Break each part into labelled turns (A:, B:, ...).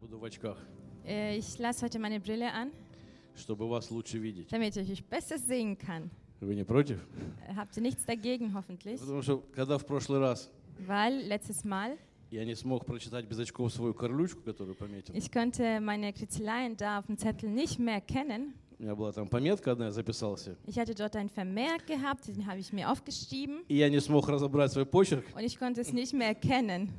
A: в очках,
B: Äh, Ich lasse heute meine Brille an,
A: чтобы вас лучше видеть.
B: damit ich euch besser sehen kann.
A: Вы не против?
B: Äh, Habt ihr nichts dagegen, hoffentlich?
A: Потому что когда в прошлый раз
B: Weil letztes Mal,
A: я не смог прочитать без очков свою корлючку, которую пометил,
B: ich konnte meine Kritzeleien da auf dem Zettel nicht mehr kennen.
A: у меня была там пометка одна, я записался,
B: Ich hatte dort einen Vermerk gehabt, den habe ich mir aufgeschrieben
A: и я не смог разобрать свой почерк,
B: und ich konnte es nicht mehr erkennen.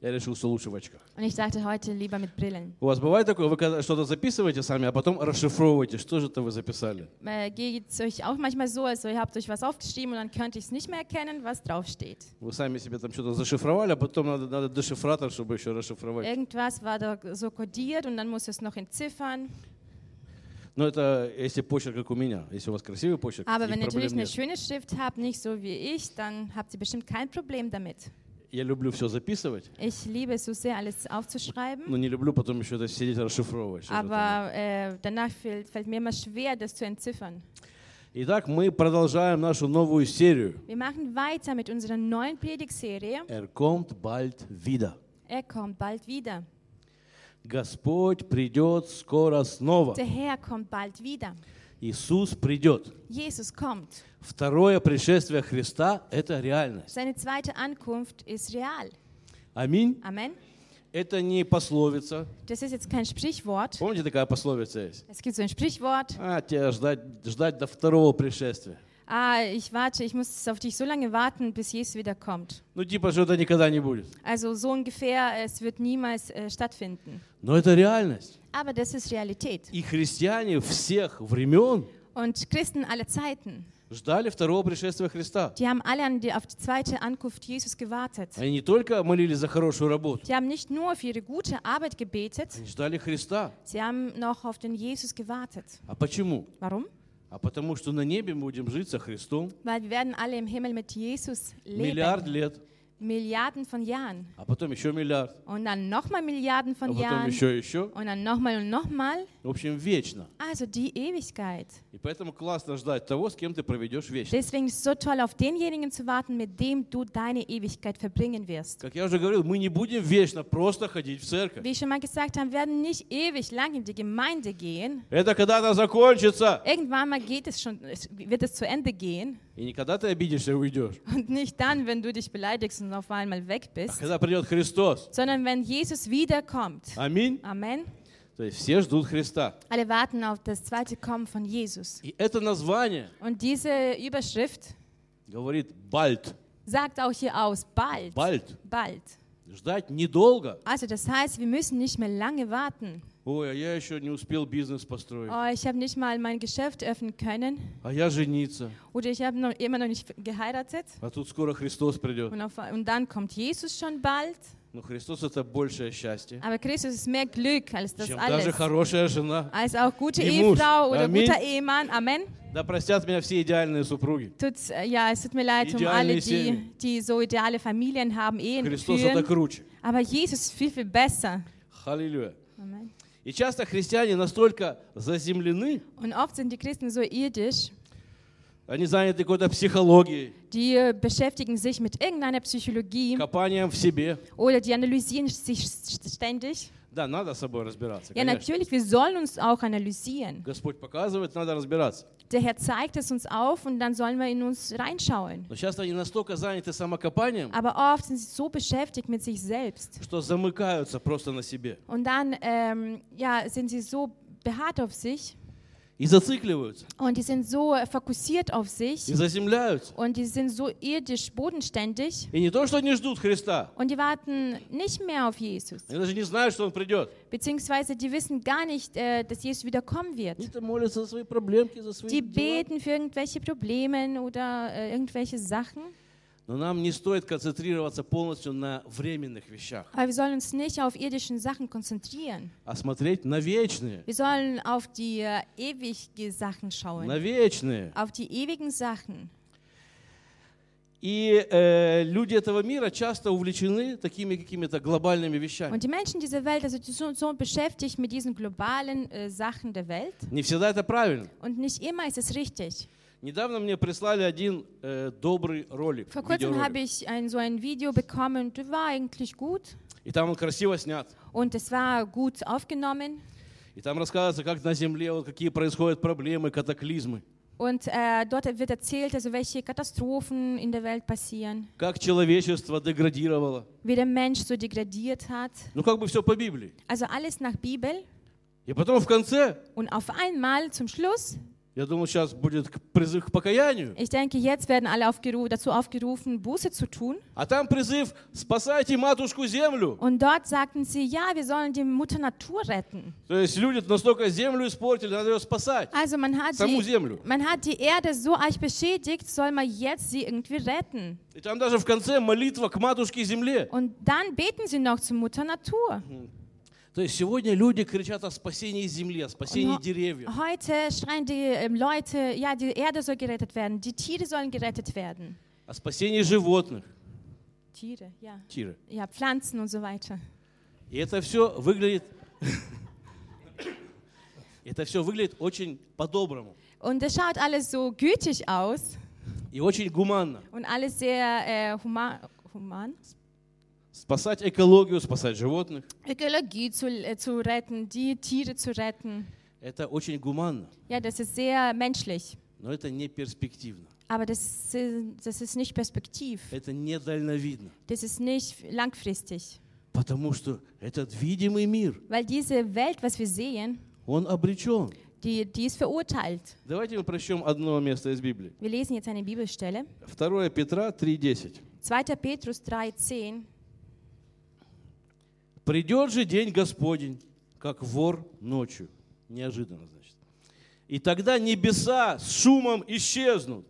A: я решил, что лучше в очках.
B: Und ich dachte heute lieber mit Brillen.
A: У вас бывает такое, вы когда что-то записываете сами, а потом расшифровываете, что же это вы записали?
B: Äh, Geht es euch auch manchmal so, also ihr habt euch was aufgeschrieben und dann könnt ihr es nicht mehr erkennen, was draufsteht.
A: Вы сами себе там что-то зашифровали, а потом надо, надо дешифратор, чтобы еще
B: Э.
A: расшифровать.
B: Irgendwas war da so kodiert und dann musst du es noch entziffern.
A: Но это если почерк, как у меня. Если у вас красивый почерк,
B: Aber wenn
A: никаких
B: ihr natürlich
A: проблем
B: eine
A: нет.
B: schöne Schrift habt, nicht so wie ich, dann habt ihr bestimmt kein Problem damit.
A: Я люблю все записывать,
B: Ich liebe es so sehr, alles aufzuschreiben,
A: но не люблю потом еще это сидеть расшифровывать. что же там.
B: aber äh, danach fällt, fällt mir immer schwer, das zu entziffern.
A: Итак, мы продолжаем нашу новую серию.
B: Wir machen weiter mit unserer neuen Predigtserie.
A: Er kommt bald wieder.
B: Er kommt bald wieder.
A: Господь придет скоро снова.
B: Der Herr kommt bald wieder.
A: Иисус придет.
B: Jesus kommt.
A: Второе пришествие Христа – это реальность.
B: Seine zweite Ankunft ist real.
A: Аминь.
B: Amen.
A: Это не пословица.
B: Das ist jetzt kein Sprichwort.
A: Помните, такая пословица есть?
B: Es gibt so ein Sprichwort.
A: А, тебя ждать, ждать до второго пришествия.
B: Ah, ich warte, ich muss auf dich so lange warten, bis Jesus wiederkommt.
A: Ну, типа, что это никогда не будет.
B: Also so ungefähr, es wird niemals äh, stattfinden.
A: Но это реальность.
B: Aber das ist Realität.
A: И христиане всех времен
B: Und Christen aller Zeiten,
A: ждали второго пришествия Христа.
B: die haben alle an die, auf die zweite Ankunft Jesus gewartet.
A: Они не только молились за хорошую работу,
B: Die haben nicht nur für ihre gute Arbeit gebetet,
A: они ждали Христа.
B: sie haben noch auf den Jesus gewartet.
A: А почему?
B: Warum?
A: А потому что на небе мы будем жить со Христом
B: Weil wir werden alle im Himmel mit Jesus
A: миллиард
B: leben.
A: лет,
B: Milliarden von Jahren.
A: а потом еще миллиард,
B: Und dann nochmal Milliarden
A: а
B: von
A: потом
B: Jahren.
A: еще и еще.
B: Und dann nochmal und nochmal.
A: В общем, вечно.
B: Also die Ewigkeit.
A: И поэтому классно ждать того, с кем ты проведешь вечно.
B: Deswegen ist es so toll, auf denjenigen zu warten, mit dem du deine Ewigkeit verbringen wirst.
A: Как я уже говорил, мы не будем вечно просто ходить в церковь.
B: Wie ich schon mal gesagt habe, werden nicht ewig lang in die Gemeinde gehen.
A: Это когда-то закончится.
B: Irgendwann mal geht es schon, es wird es zu Ende gehen.
A: И никогда ты обидишься и уйдешь.
B: Und nicht dann, wenn du dich beleidigst und auf einmal weg
A: А
B: bist,
A: когда придет Христос.
B: sondern wenn Jesus wiederkommt.
A: Аминь.
B: Amen.
A: То есть все ждут Христа.
B: Alle warten auf das zweite Kommen von Jesus.
A: И это название
B: Und diese Überschrift
A: говорит «бальт».
B: sagt auch hier aus, bald.
A: Bald.
B: Bald.
A: Ждать недолго.
B: Also das heißt, wir müssen nicht mehr lange warten.
A: Ой, а я еще не успел бизнес построить.
B: Oh, ich habe nicht mal mein Geschäft öffnen können.
A: А я жениться.
B: Oder ich habe noch, immer noch nicht geheiratet.
A: А тут скоро Христос придет.
B: Und, auf, und dann kommt Jesus schon bald.
A: Но Христос — это большее счастье,
B: Aber Christus ist mehr Glück als das
A: чем даже
B: alles.
A: хорошая жена.
B: Als auch gute
A: Die muss.
B: Ehefrau oder
A: Amen.
B: guter Ehemann. Amen.
A: Да простят меня все идеальные супруги.
B: Tut, ja, es tut mir leid um
A: Ideale
B: alle,
A: Serien.
B: die, die so ideale Familien haben, Ehen
A: Христос — это
B: führen.
A: круче.
B: Aber Jesus ist viel, viel besser.
A: Халилюя.
B: Amen.
A: И часто христиане настолько заземлены,
B: Und oft sind die Christen so irdisch,
A: они заняты какой-то психологией,
B: die äh, beschäftigen sich mit irgendeiner Psychologie
A: копанием в себе.
B: oder die analysieren sich st- ständig.
A: Да, надо с собой разбираться,
B: Ja,
A: конечно.
B: natürlich, wir sollen uns auch analysieren.
A: Господь показывает, надо разбираться.
B: Der Herr zeigt es uns auf und dann sollen wir in uns reinschauen.
A: Но часто они настолько заняты самокопанием,
B: Aber oft sind sie so beschäftigt mit sich selbst
A: что замыкаются просто на себе
B: und dann ähm, ja, sind sie so beharrt auf sich
A: и зацикливаются,
B: und die sind so äh, fokussiert auf
A: и
B: sich
A: заземляются.
B: und die sind so irdisch bodenständig
A: И не то, что не ждут Христа,
B: und die warten nicht mehr auf Jesus.
A: они даже не знают, что Он придет.
B: Beziehungsweise die wissen gar nicht, äh, dass Jesus wieder kommen wird.
A: Они-то молятся за свои проблемки, за свои
B: Die
A: дела.
B: beten für irgendwelche Probleme oder äh, irgendwelche Sachen.
A: Но нам не стоит концентрироваться полностью на временных вещах,
B: Aber wir sollen uns nicht auf irdischen Sachen konzentrieren.
A: а смотреть на вечные,
B: Wir sollen auf die äh, ewigen Sachen schauen.
A: на вечные.
B: auf die ewigen Sachen.
A: И э, люди этого мира часто увлечены такими какими-то глобальными вещами.
B: Und die Menschen dieser Welt, also die sind so beschäftigt mit diesen globalen äh, Sachen der Welt.
A: Не всегда это правильно.
B: Und nicht immer ist es richtig.
A: Недавно мне прислали один э, добрый ролик.
B: Vor kurzem
A: видеоролик.
B: habe ich ein, so ein Video bekommen, das war eigentlich gut
A: И там он красиво снят.
B: und es war gut aufgenommen.
A: И там рассказывается, как на Земле, вот какие происходят проблемы, катаклизмы.
B: Und äh, dort wird erzählt, also welche Katastrophen in der Welt passieren,
A: Как человечество деградировало.
B: wie der Mensch so degradiert hat.
A: Ну, как бы все по Библии.
B: Also alles nach Bibel.
A: И потом в конце,
B: Und auf einmal zum Schluss,
A: я думал, сейчас будет к- призыв к покаянию.
B: ich denke, jetzt werden alle aufgeru dazu aufgerufen, Buße zu tun.
A: А там призыв «Спасайте матушку землю».
B: Und dort sagten sie, ja, wir sollen die Mutter Natur retten.
A: То есть люди настолько землю испортили, надо ее спасать.
B: Also man hat,
A: Саму
B: die,
A: землю.
B: man hat die Erde so arg beschädigt, soll man jetzt sie irgendwie retten.
A: И там даже в конце молитва к матушке земле.
B: Und dann beten sie noch zur Mutter Natur.
A: То есть сегодня люди кричат о спасении земли, о спасении
B: Und he-
A: деревьев.
B: Heute schreien die ähm, Leute, ja, die Erde soll gerettet werden, die Tiere sollen gerettet werden.
A: о спасении животных.
B: Tiere, ja.
A: Тира.
B: Ja, Pflanzen und so weiter.
A: И это все выглядит... это все выглядит очень по-доброму
B: Und das schaut alles so gütig aus
A: и очень гуманно.
B: und alles sehr äh, huma human.
A: Спасать экологию, спасать животных.
B: Ökologie zu, äh, zu retten, die Tiere zu retten.
A: Это очень гуманно,
B: Ja, das ist sehr menschlich.
A: но это не перспективно.
B: Aber das, ist- das ist nicht perspektiv.
A: Это недальновидно.
B: Das ist nicht langfristig.
A: Потому что этот видимый мир,
B: Weil diese Welt, was wir sehen,
A: он обречен.
B: die, die ist verurteilt.
A: Давайте мы прочтем одно место из Библии.
B: Wir lesen jetzt eine Bibelstelle.
A: 2 Петра 3.10.
B: 2. Petrus 3,10.
A: Придет же день Господень, как вор ночью. Неожиданно, значит. И тогда небеса с шумом исчезнут.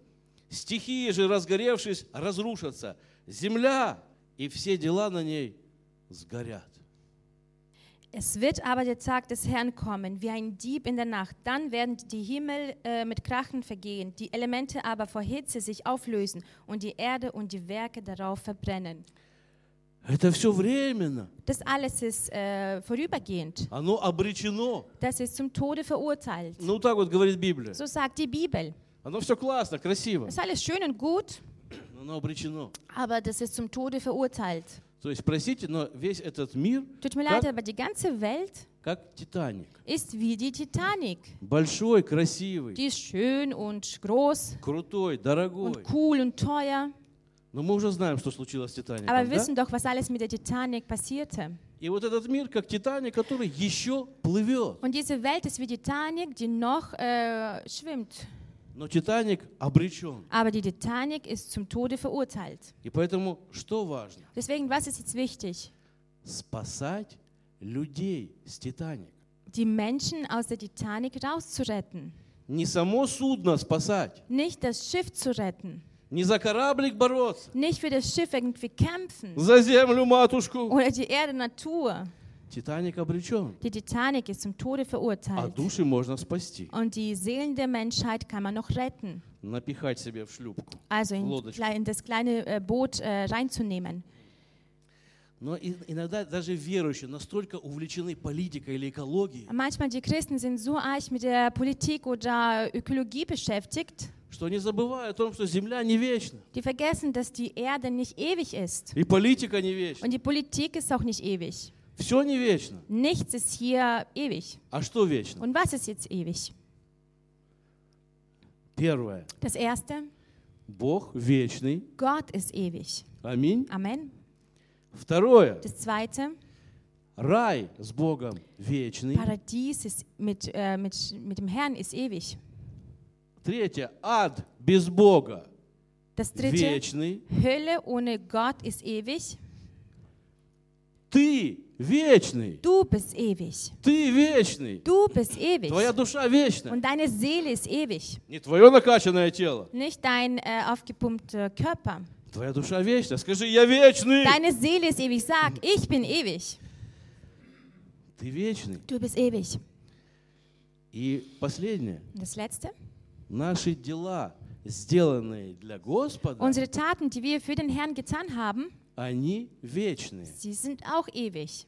A: Стихии же, разгоревшись, разрушатся. Земля и все дела на ней сгорят.
B: Es wird aber der Tag des Herrn kommen, wie ein Dieb in der Nacht. Dann werden die Himmel äh, mit Krachen vergehen, die Elemente aber vor Hitze sich auflösen und die Erde und die Werke darauf verbrennen.
A: Это все временно.
B: Das alles ist äh, vorübergehend.
A: Оно обречено.
B: Das ist zum Tode verurteilt.
A: Ну, так вот говорит Библия.
B: So sagt die Bibel.
A: Оно все классно, красиво,
B: Das ist alles schön und gut,
A: но оно обречено.
B: aber das ist zum Tode verurteilt.
A: То есть, простите, но весь этот мир,
B: Tut mir
A: Ja.
B: leid, aber die ganze Welt
A: как Титаник.
B: ist wie die Titanic.
A: Большой, красивый,
B: Die ist schön und groß
A: крутой, дорогой.
B: und cool und тeuer.
A: Но мы уже знаем, что случилось с Титаником.
B: Aber
A: да?
B: wir wissen doch, was alles mit der Titanic passierte.
A: И вот этот мир, как Титаник, который еще плывет.
B: Und diese Welt ist wie Titanic, die noch äh, schwimmt.
A: Но Титаник обречен.
B: Aber die Titanic ist zum Tode verurteilt.
A: И поэтому что важно?
B: Deswegen, was ist jetzt wichtig?
A: Спасать людей с Титаник.
B: Die Menschen aus der Titanic rauszuretten.
A: Не само судно спасать,
B: Nicht das Schiff zu retten.
A: не за кораблик бороться,
B: Nicht für das Schiff irgendwie kämpfen.
A: за землю матушку.
B: Oder die Erde Natur.
A: Титаник обречен,
B: Die Titanic ist zum Tode
A: а
B: verurteilt.
A: души можно спасти.
B: Und die Seelen der Menschheit kann man noch retten.
A: Напихать себе в шлюпку.
B: Also in,
A: Lodge.
B: klei- in das kleine äh, Boot äh, reinzunehmen.
A: Но и- иногда даже верующие настолько увлечены политикой или экологией,
B: Manchmal die Christen sind so arg mit der Politik oder Ökologie beschäftigt,
A: что они забывают о том, что земля не вечна,
B: die vergessen, dass die Erde nicht ewig ist.
A: и политика не вечна.
B: Und die Politik ist auch nicht ewig.
A: Все не вечно.
B: Nichts ist hier ewig.
A: А что вечно?
B: Und was ist jetzt ewig?
A: Первое.
B: Das Erste,
A: Бог вечный.
B: Gott ist ewig.
A: Аминь.
B: Amen.
A: Второе.
B: Das Zweite,
A: Рай с Богом вечный.
B: Paradies ist mit, äh, mit, mit dem Herrn ist ewig.
A: Третье. Ад без Бога
B: Das Dritte,
A: вечный.
B: Hölle ohne Gott ist ewig.
A: Ты вечный.
B: Du bist ewig.
A: Ты вечный.
B: Du bist ewig.
A: Твоя душа вечна.
B: Und deine Seele ist ewig.
A: Не твое накачанное тело.
B: Nicht dein äh, aufgepumpter Körper.
A: Твоя душа вечна. Скажи, я вечный.
B: Deine Seele ist ewig. Sag, ich bin ewig.
A: Ты вечный.
B: Du bist ewig.
A: И последнее.
B: Und das Letzte.
A: Наши дела, сделанные для Господа,
B: Unsere Taten, die wir für den Herrn getan haben,
A: они вечные.
B: sie sind auch ewig.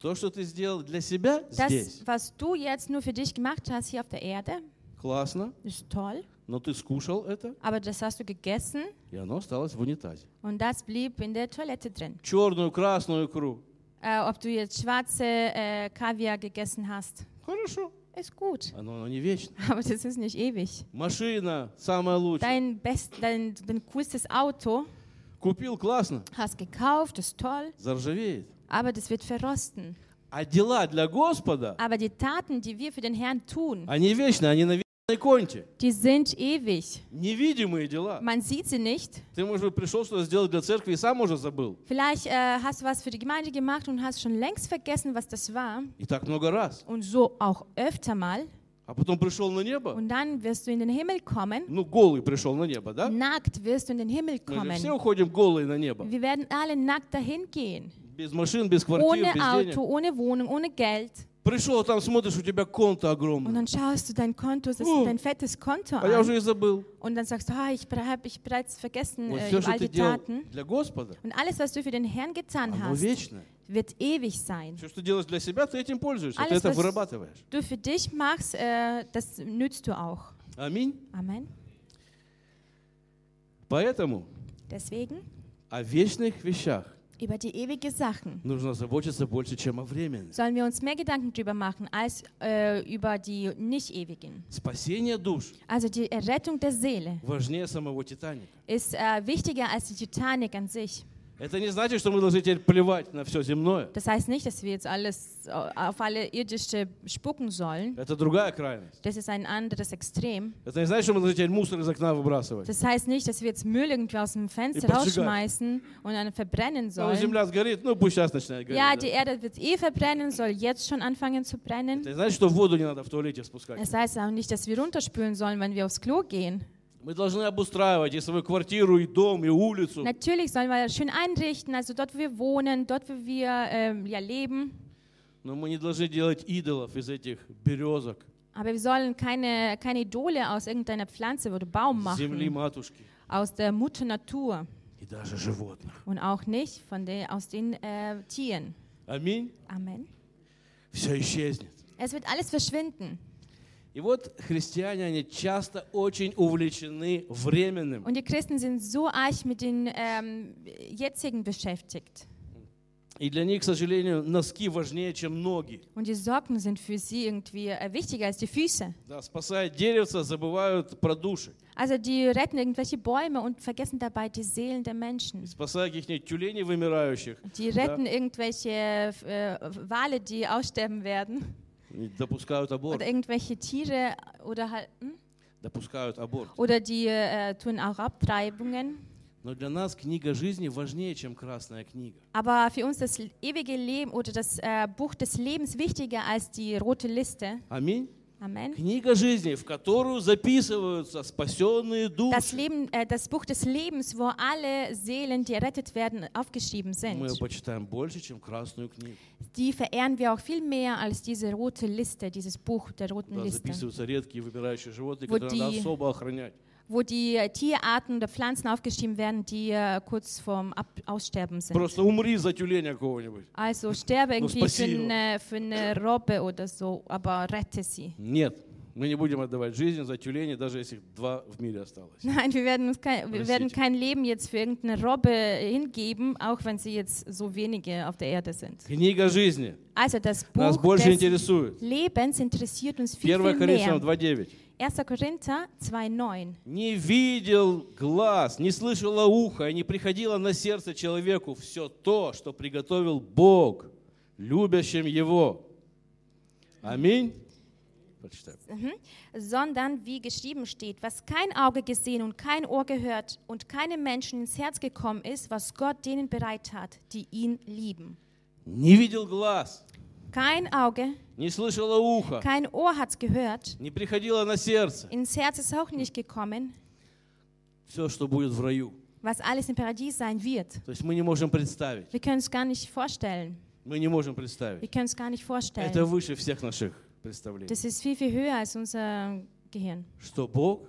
A: То, что ты сделал для себя
B: Das,
A: здесь,
B: was du jetzt nur für dich gemacht hast hier auf der Erde,
A: классно,
B: ist toll.
A: но ты скушал это,
B: aber das hast du gegessen
A: и оно осталось в унитазе.
B: und das blieb in der Toilette drin.
A: Черную, красную икру.
B: Äh, ob du jetzt schwarze äh, Kaviar gegessen hast,
A: Хорошо.
B: ist gut,
A: Оно, оно не вечно.
B: aber das ist nicht ewig.
A: Машина самая лучшая.
B: Dein, best, dein, dein coolstes Auto
A: Купил классно,
B: hast gekauft, ist toll,
A: заржавеет.
B: aber das wird verrosten.
A: А дела для Господа,
B: Aber die Taten, die wir für den Herrn tun,
A: они вечны, они на вечной конте.
B: die sind ewig.
A: Невидимые дела.
B: Man sieht sie nicht.
A: Ты, может быть, пришел что-то сделать для церкви и сам уже забыл.
B: Vielleicht äh, hast du was für die Gemeinde gemacht und hast schon längst vergessen, was das war.
A: И так много раз.
B: Und so auch öfter mal.
A: А потом пришел на небо.
B: Und dann wirst du in den Himmel kommen.
A: Ну, голый пришел на небо, да?
B: Nackt wirst du in den Himmel
A: Мы же
B: kommen.
A: все уходим голые на небо.
B: Wir werden alle nackt dahin gehen.
A: Без машин, без квартир, без
B: Ohne
A: денег.
B: Auto, ohne Wohnung, ohne Geld.
A: Пришел, там смотришь, у тебя конта
B: Und
A: огромная.
B: dann schaust du dein Konto, das
A: Oh. Ah,
B: ist dein fettes Konto
A: А я
B: an.
A: уже и забыл.
B: Und dann sagst du, ah, ich habe ich bereits vergessen
A: Вот
B: äh,
A: все,
B: über
A: что
B: all
A: ты
B: die
A: делал
B: Taten.
A: для Господа,
B: Und alles, was du für den Herrn getan
A: оно
B: hast,
A: вечное.
B: wird ewig sein.
A: Все, что делаешь для себя, ты этим пользуешься, ты
B: Alles,
A: это
B: was-
A: вырабатываешь.
B: Du für dich machst, äh, das nützt du auch.
A: Аминь.
B: Amen.
A: Поэтому
B: Deswegen
A: о вечных вещах
B: über die ewige Sachen
A: нужно заботиться больше, чем о временных.
B: sollen wir uns mehr Gedanken drüber machen als äh, über die nicht ewigen.
A: Спасение душ
B: Also die Errettung der Seele
A: важнее самого Титаника.
B: ist äh, wichtiger als die Titanic an sich.
A: Это не значит, что мы должны теперь плевать на все земное.
B: Das heißt nicht, dass wir jetzt alles äh, auf alle irdische spucken sollen.
A: Это другая крайность.
B: Das ist ein anderes Extrem.
A: Это не значит, что мы должны теперь мусор из окна выбрасывать.
B: Das heißt nicht, dass wir jetzt Müll irgendwie aus dem Fenster
A: Überzeugt.
B: rausschmeißen und dann verbrennen
A: Ну,
B: sollen.
A: земля сгорит, ну пусть сейчас начинает гореть. да.
B: Ja, die Erde wird eh verbrennen, soll jetzt schon anfangen zu brennen.
A: Это не значит, что воду не надо в туалете спускать.
B: Es heißt auch nicht, dass wir runterspülen sollen, wenn wir aufs Klo gehen.
A: Мы должны обустраивать и свою квартиру, и дом, и улицу.
B: Natürlich sollen wir das schön einrichten, also dort, wo wir wohnen, dort, wo wir ähm, ja, leben.
A: Но мы не должны делать идолов из этих березок,
B: Aber wir sollen keine, keine Idole aus irgendeiner Pflanze oder Baum
A: земли
B: machen,
A: матушки
B: aus der Mutter Natur
A: и даже животных.
B: und auch nicht von den, aus den äh, Tieren.
A: Аминь.
B: Amen.
A: Все исчезнет.
B: Es wird alles verschwinden.
A: И вот христиане, они часто очень увлечены временным.
B: Und die Christen sind so arg mit den ähm, jetzigen beschäftigt.
A: И для них, к сожалению, носки важнее, чем ноги.
B: Und die Socken sind für sie irgendwie äh, wichtiger als die Füße.
A: Да, спасая деревца, забывают про души.
B: Also die retten irgendwelche Bäume und vergessen dabei die Seelen der
A: И
B: Menschen.
A: спасая каких-нибудь тюленей вымирающих,
B: Die retten irgendwelche äh, Wale, die aussterben werden.
A: и допускают аборт.
B: Oder irgendwelche Tiere oder halt, hm?
A: Допускают аборт.
B: oder die äh, tun auch Abtreibungen.
A: Но для нас книга жизни важнее, чем красная книга.
B: Aber für uns das ewige Leben oder das äh, Buch des Lebens wichtiger als die rote Liste.
A: Аминь.
B: Amen.
A: Книга жизни, в которую записываются спасенные
B: Das,
A: души.
B: Leben, äh, das Buch des Lebens, wo alle Seelen, die errettet werden, aufgeschrieben sind.
A: Мы ее почитаем больше, чем красную книгу.
B: Die verehren wir auch viel mehr als diese rote Liste, dieses Buch der roten
A: Туда
B: Liste,
A: записываются редкие выбирающие животные,
B: Вот
A: которые надо
B: и-
A: особо охранять.
B: wo die äh, Tierarten oder Pflanzen aufgeschrieben werden, die äh, kurz vorm Ab Aussterben sind.
A: Просто умри за тюленя кого-нибудь.
B: Also sterbe irgendwie für
A: спасибо.
B: eine, für eine Robbe oder so, aber rette sie.
A: Нет, мы не будем отдавать жизнь за тюленей, даже если их два в мире осталось.
B: Nein, wir werden, uns kein, wir
A: Richtig.
B: werden kein Leben jetzt für irgendeine Robbe hingeben, auch wenn sie jetzt so wenige auf der Erde sind.
A: Книга жизни
B: Also das
A: нас
B: Buch
A: больше
B: des
A: интересует.
B: Lebens interessiert uns viel,
A: 1
B: viel
A: Коринфянам
B: mehr.
A: 2.9.
B: 1. Korinther 2,9.
A: «Не видел глаз, не слышало ухо, и не приходило на сердце человеку все то, что приготовил Бог, любящим его». Аминь. Прочитаем.
B: sondern wie geschrieben steht, was kein Auge gesehen und kein Ohr gehört und keinem Menschen ins Herz gekommen ist, was Gott denen bereit hat, die ihn lieben.
A: «Не видел глаз,
B: Kein Auge,
A: не слышало ухо,
B: kein Ohr hat's gehört,
A: не приходило на сердце
B: ins Herz ist auch nicht gekommen,
A: все, что будет в раю».
B: was alles im Paradies sein wird.
A: То есть мы не можем представить.
B: Wir können es gar nicht vorstellen.
A: Мы не можем
B: Wir
A: представить.
B: können es gar nicht
A: Это
B: vorstellen.
A: выше всех наших представлений.
B: Das ist viel, viel höher als unser Gehirn.
A: Что Бог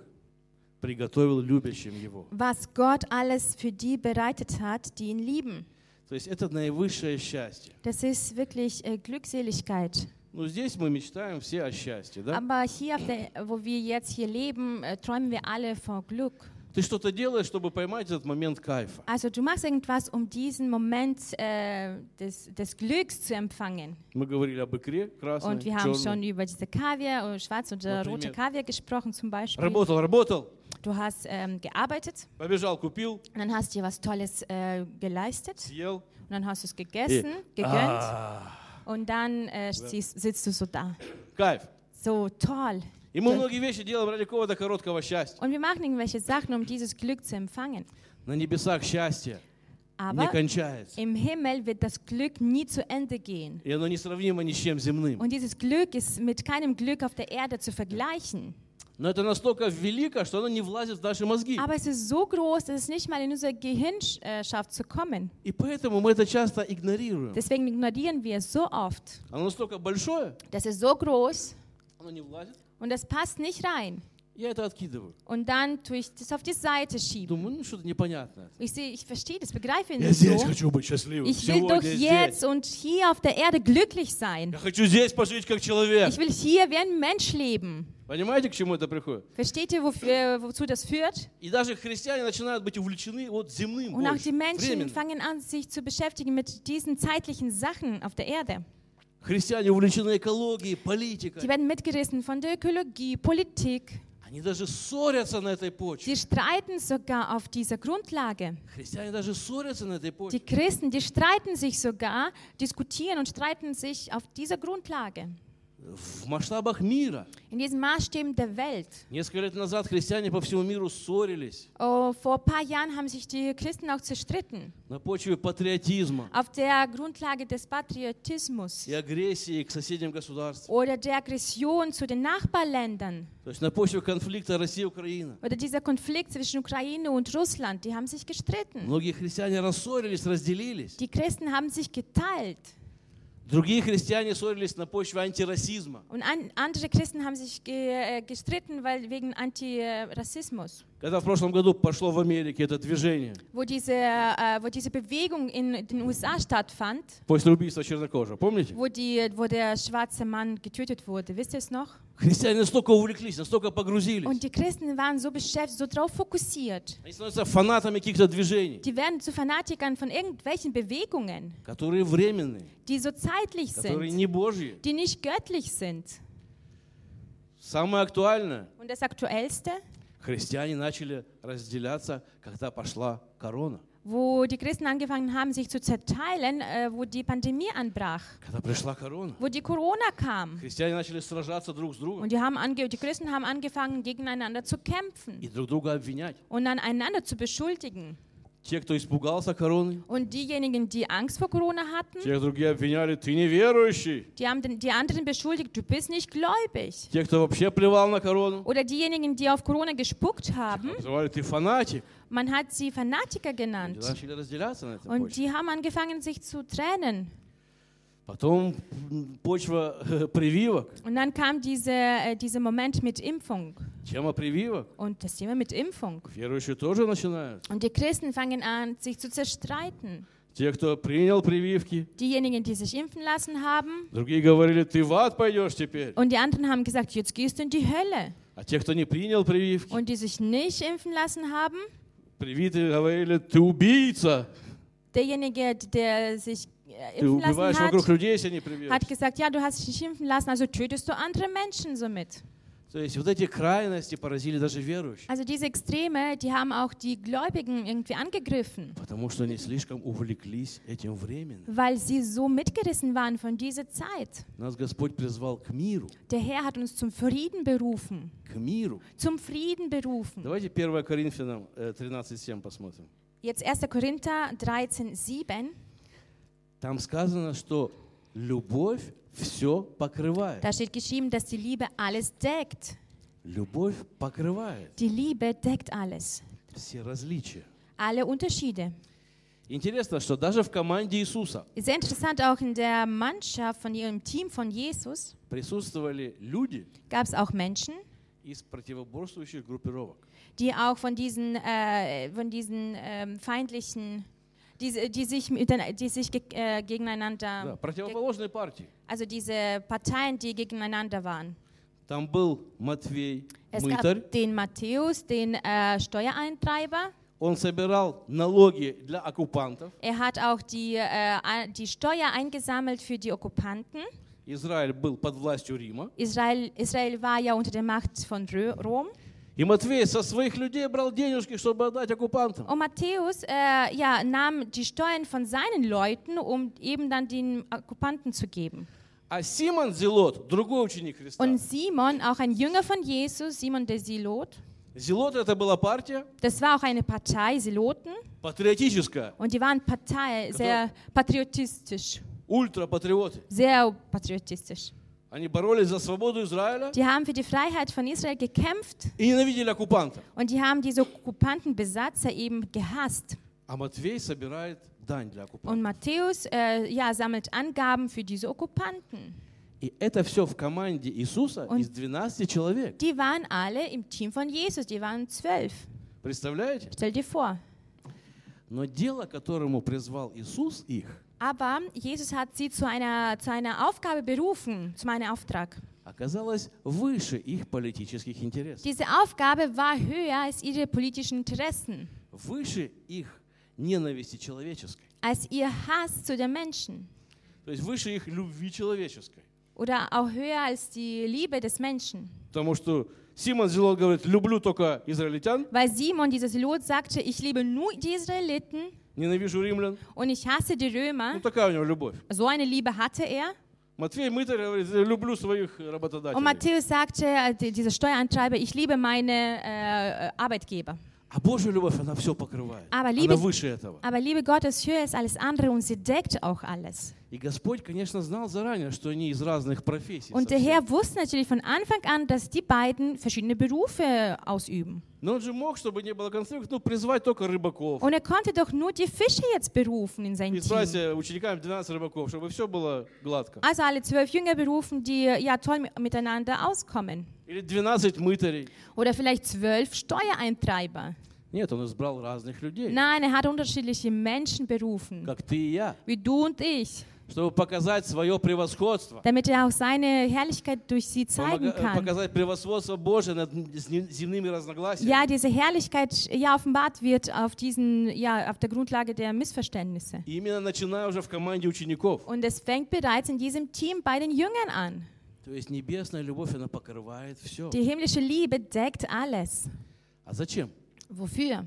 A: приготовил любящим Его.
B: Was Gott alles für die bereitet hat, die ihn lieben.
A: То есть это наивысшее счастье.
B: Das ist wirklich äh, Glückseligkeit.
A: Ну, здесь мы мечтаем все о счастье, да?
B: Aber hier, auf der, wo wir jetzt hier leben, äh, träumen wir alle von Glück.
A: Ты что-то делаешь, чтобы поймать этот момент кайфа.
B: Also du machst irgendwas, um diesen Moment äh, des, des Glücks zu empfangen.
A: Мы говорили об икре красной,
B: Und wir haben schon
A: черной.
B: über diese Kaviar, oder schwarz oder
A: Например.
B: rote Kaviar gesprochen zum Beispiel.
A: Работал, работал,
B: Du hast ähm, gearbeitet,
A: побежал, купил,
B: und dann hast du dir was Tolles äh, geleistet
A: съел.
B: und dann hast du es gegessen,
A: Ah.
B: gegönnt
A: А,
B: und dann äh, siehst- sitzt du so da.
A: Кайф.
B: So toll.
A: И мы многие вещи делаем ради какого-то короткого счастья.
B: Und wir machen irgendwelche Sachen, um dieses Glück zu empfangen.
A: На небесах счастье не
B: Aber
A: кончается.
B: im Himmel wird das Glück nie zu Ende gehen.
A: И оно несравнимо ни с чем земным.
B: Und dieses Glück ist mit keinem Glück auf der Erde zu vergleichen.
A: Но это настолько велико, что оно не влазит в наши мозги.
B: Aber es ist so groß, dass es nicht mal in unser Gehirn äh, schafft zu kommen.
A: И поэтому мы это часто игнорируем.
B: Deswegen ignorieren wir es so oft.
A: Оно настолько большое,
B: Das ist so groß
A: оно не влазит.
B: und das passt nicht rein.
A: Я это откидываю.
B: Und dann tue ich das auf die Seite schieben.
A: Думаю, ну что-то непонятное.
B: Ich sehe, ich verstehe das, begreife
A: Я
B: nicht
A: здесь
B: so.
A: хочу быть счастливым.
B: Ich will doch
A: Сегодня здесь.
B: jetzt und hier auf der Erde glücklich sein.
A: Я хочу здесь пожить как человек.
B: Ich will hier wie ein Mensch leben.
A: Понимаете, к чему это приходит?
B: Versteht ihr, wofür, äh, wozu das führt?
A: И даже христиане начинают быть увлечены вот земным
B: Und auch
A: больше,
B: die Menschen
A: временным.
B: fangen an, sich zu beschäftigen mit diesen zeitlichen Sachen auf der Erde.
A: Христиане увлечены экологией,
B: Die
A: политикой.
B: werden mitgerissen von der Ökologie, Politik.
A: Они даже ссорятся на этой почве.
B: Sie streiten sogar auf dieser Grundlage.
A: Христиане даже ссорятся на этой почве.
B: Die Christen, die streiten sich sogar, diskutieren und streiten sich auf dieser Grundlage.
A: В масштабах мира.
B: In diesen Maßstäben der Welt.
A: Несколько лет назад христиане по всему миру ссорились
B: Oh, vor ein paar Jahren haben sich die Christen auch zerstritten.
A: на почве патриотизма
B: Auf der Grundlage des Patriotismus
A: и агрессии к соседним государствам.
B: oder der Aggression zu den Nachbarländern
A: То есть на почве конфликта Россия-Украина.
B: oder dieser Konflikt zwischen Ukraine und Russland. Die haben sich gestritten.
A: Многие христиане рассорились, разделились.
B: Die Christen haben sich geteilt.
A: Другие христиане ссорились на почве антирасизма.
B: Und an, andere Christen haben sich ge, äh, gestritten, weil wegen Antirassismus,
A: Когда в прошлом году пошло в Америке это движение
B: wo diese, äh, wo diese Bewegung in den USA stattfand,
A: после убийства чернокожего, помните?
B: wo, die, wo der schwarze Mann getötet wurde. Wisst ihr es noch?
A: Христиане настолько увлеклись, настолько погрузились.
B: Und die Christen waren so beschäftigt, so drauf fokussiert.
A: Они становятся фанатами каких-то движений,
B: Die werden zu Fanatikern von irgendwelchen Bewegungen,
A: которые временные,
B: die so zeitlich
A: которые
B: sind,
A: не Божьи.
B: die nicht göttlich sind.
A: Самое актуальное,
B: Und das Aktuellste,
A: христиане начали разделяться, когда пошла корона.
B: wo die Christen angefangen haben, sich zu zerteilen, äh, wo die Pandemie anbrach,
A: Когда пришла корона,
B: wo die Corona kam.
A: христиане начали сражаться друг с другом
B: Und die, haben ange die Christen haben angefangen, gegeneinander zu kämpfen
A: и друг друга обвинять.
B: und dann einander zu beschuldigen.
A: Те, кто испугался короны,
B: Und diejenigen, die Angst vor Corona hatten,
A: тех другие обвиняли, ты неверующий.
B: die haben den, die anderen beschuldigt, du bist nicht gläubig.
A: Те, кто вообще плевал на корону,
B: Oder diejenigen, die auf Corona gespuckt haben,
A: называли ты фанатик.
B: man hat sie Fanatiker
A: Они
B: genannt.
A: начали разделяться на этом
B: Und die haben angefangen, sich zu trennen.
A: Потом м, почва э, прививок.
B: Und dann kam diese, äh, dieser Moment mit Impfung
A: Тема прививок.
B: und das Thema mit Impfung.
A: Верующие тоже начинают.
B: Und die Christen fangen an, sich zu zerstreiten.
A: Те, кто принял прививки,
B: Diejenigen, die sich impfen lassen haben,
A: другие говорили, ты в ад пойдешь теперь.
B: und die anderen haben gesagt, jetzt gehst du in die Hölle.
A: А те, кто не принял прививки,
B: Und die sich nicht impfen lassen haben,
A: привитые говорили, ты убийца.
B: derjenige, der sich äh,
A: Ты
B: impfen lassen
A: убиваешь вокруг
B: hat,
A: людей, если не прививки.
B: hat gesagt, ja, du hast dich nicht impfen lassen, also tötest du andere Menschen somit.
A: То есть вот эти крайности поразили даже верующих,
B: Also diese Extreme, die haben auch die Gläubigen irgendwie angegriffen,
A: потому что они слишком увлеклись этим временем.
B: weil sie so mitgerissen waren von dieser Zeit.
A: Нас Господь призвал к миру,
B: Der Herr hat uns zum Frieden berufen.
A: к миру.
B: Zum Frieden berufen.
A: Давайте 1 Коринфянам э, 13.7 посмотрим.
B: Jetzt 1. Korinther 13, 7.
A: Там сказано, что любовь все покрывает.
B: Da steht geschrieben, dass die Liebe alles deckt.
A: Любовь покрывает
B: Die Liebe deckt alles.
A: все различия.
B: Alle Unterschiede.
A: Интересно, что даже в команде Иисуса
B: Sehr interessant, auch in der Mannschaft von ihrem Team von Jesus
A: присутствовали люди
B: gab es auch Menschen,
A: из противоборствующих группировок.
B: die auch von diesen, äh, von diesen ähm, feindlichen diese, die sich, miten- die sich ge
A: Да,
B: äh, gegeneinander,
A: противоположные партии.
B: also diese Parteien, die gegeneinander waren.
A: Там был Матвей
B: Es
A: Мытарь.
B: gab den Matthäus, den äh, Steuereintreiber.
A: Он собирал налоги для оккупантов.
B: Er hat auch die, äh, a- die Steuer eingesammelt für die Okkupanten.
A: Израиль был под властью Рима.
B: Israel, Israel war ja unter der Macht von Rö- Rom.
A: И Матвей со своих людей брал денежки, чтобы отдать оккупантам.
B: Und Matthäus äh, ja, nahm die Steuern von seinen Leuten, um eben dann den Okkupanten zu geben.
A: А Симон Зелот, другой ученик Христа.
B: Und Simon, auch ein Jünger von Jesus, Simon der Silot,
A: Зелот это была партия
B: das war auch eine Partei, Siloten,
A: патриотическая,
B: und die waren Partei, sehr patriotistisch,
A: ультрапатриоты.
B: sehr patriotistisch.
A: Они боролись за свободу Израиля
B: Die haben für die Freiheit von Israel gekämpft
A: и ненавидели оккупантов.
B: und die haben diese Okkupantenbesatzer eben gehasst.
A: А Матвей собирает дань для оккупантов.
B: Und Matthäus äh, ja, sammelt Angaben für diese Okkupanten.
A: И это все в команде Иисуса
B: Он-
A: из 12 человек.
B: Die waren alle im Team von Jesus, die waren zwölf.
A: Представляете?
B: Stell dir vor.
A: Но дело, которому призвал Иисус их,
B: Aber Jesus hat sie zu einer, zu einer Aufgabe berufen, zu einem Auftrag.
A: оказалось выше их политических интересов,
B: Diese Aufgabe war höher als ihre politischen Interessen,
A: выше их ненависти человеческой,
B: als ihr Hass zu den Menschen
A: то есть выше их любви человеческой.
B: oder auch höher als die Liebe des Menschen.
A: Потому что Симон Зелот говорит, люблю только израильтян,
B: Weil Simon, dieser Lot, sagte, ich liebe nur die Israeliten
A: ненавижу римлян.
B: und ich hasse die
A: Ну
B: Römer.
A: такая у него любовь.
B: So eine Liebe hatte er.
A: Матфей Мытарь говорит, люблю своих
B: Und
A: работодателей.
B: Matthäus sagte, äh, die- dieser Steuerantreiber, ich liebe meine äh, Arbeitgeber.
A: А Божья любовь, она все покрывает. Она
B: Aber Liebe-
A: выше этого.
B: Aber Liebe Gottes höher ist alles andere und sie deckt auch alles.
A: И Господь, конечно, знал заранее, что они из разных профессий.
B: Und der
A: совсем.
B: Herr wusste natürlich von Anfang an, dass die beiden verschiedene Berufe ausüben.
A: Но он же мог, чтобы не было конфликта, ну, призвать только рыбаков.
B: Und er konnte doch nur die Fische jetzt berufen in sein
A: Избрать
B: Team.
A: э, учениками 12 рыбаков, чтобы все было гладко.
B: Also alle zwölf Jünger berufen, die ja toll mi- miteinander auskommen.
A: Или 12 мытарей.
B: Oder vielleicht zwölf Steuereintreiber.
A: Нет, он избрал разных людей,
B: Nein, er hat unterschiedliche Menschen berufen,
A: как ты и я,
B: wie du und ich,
A: чтобы показать свое превосходство.
B: damit er auch seine Herrlichkeit durch sie zeigen
A: Помога- э,
B: kann.
A: Показать превосходство Божие над м- зне- земными
B: Ja,
A: разногласиями.
B: diese Herrlichkeit ja offenbart wird auf diesen ja auf der Grundlage der Missverständnisse.
A: И Именно начиная уже в команде учеников.
B: Und es fängt bereits in diesem Team bei den Jüngern an.
A: То есть небесная любовь, она покрывает все.
B: Die himmlische Liebe deckt alles.
A: А зачем?
B: Wofür?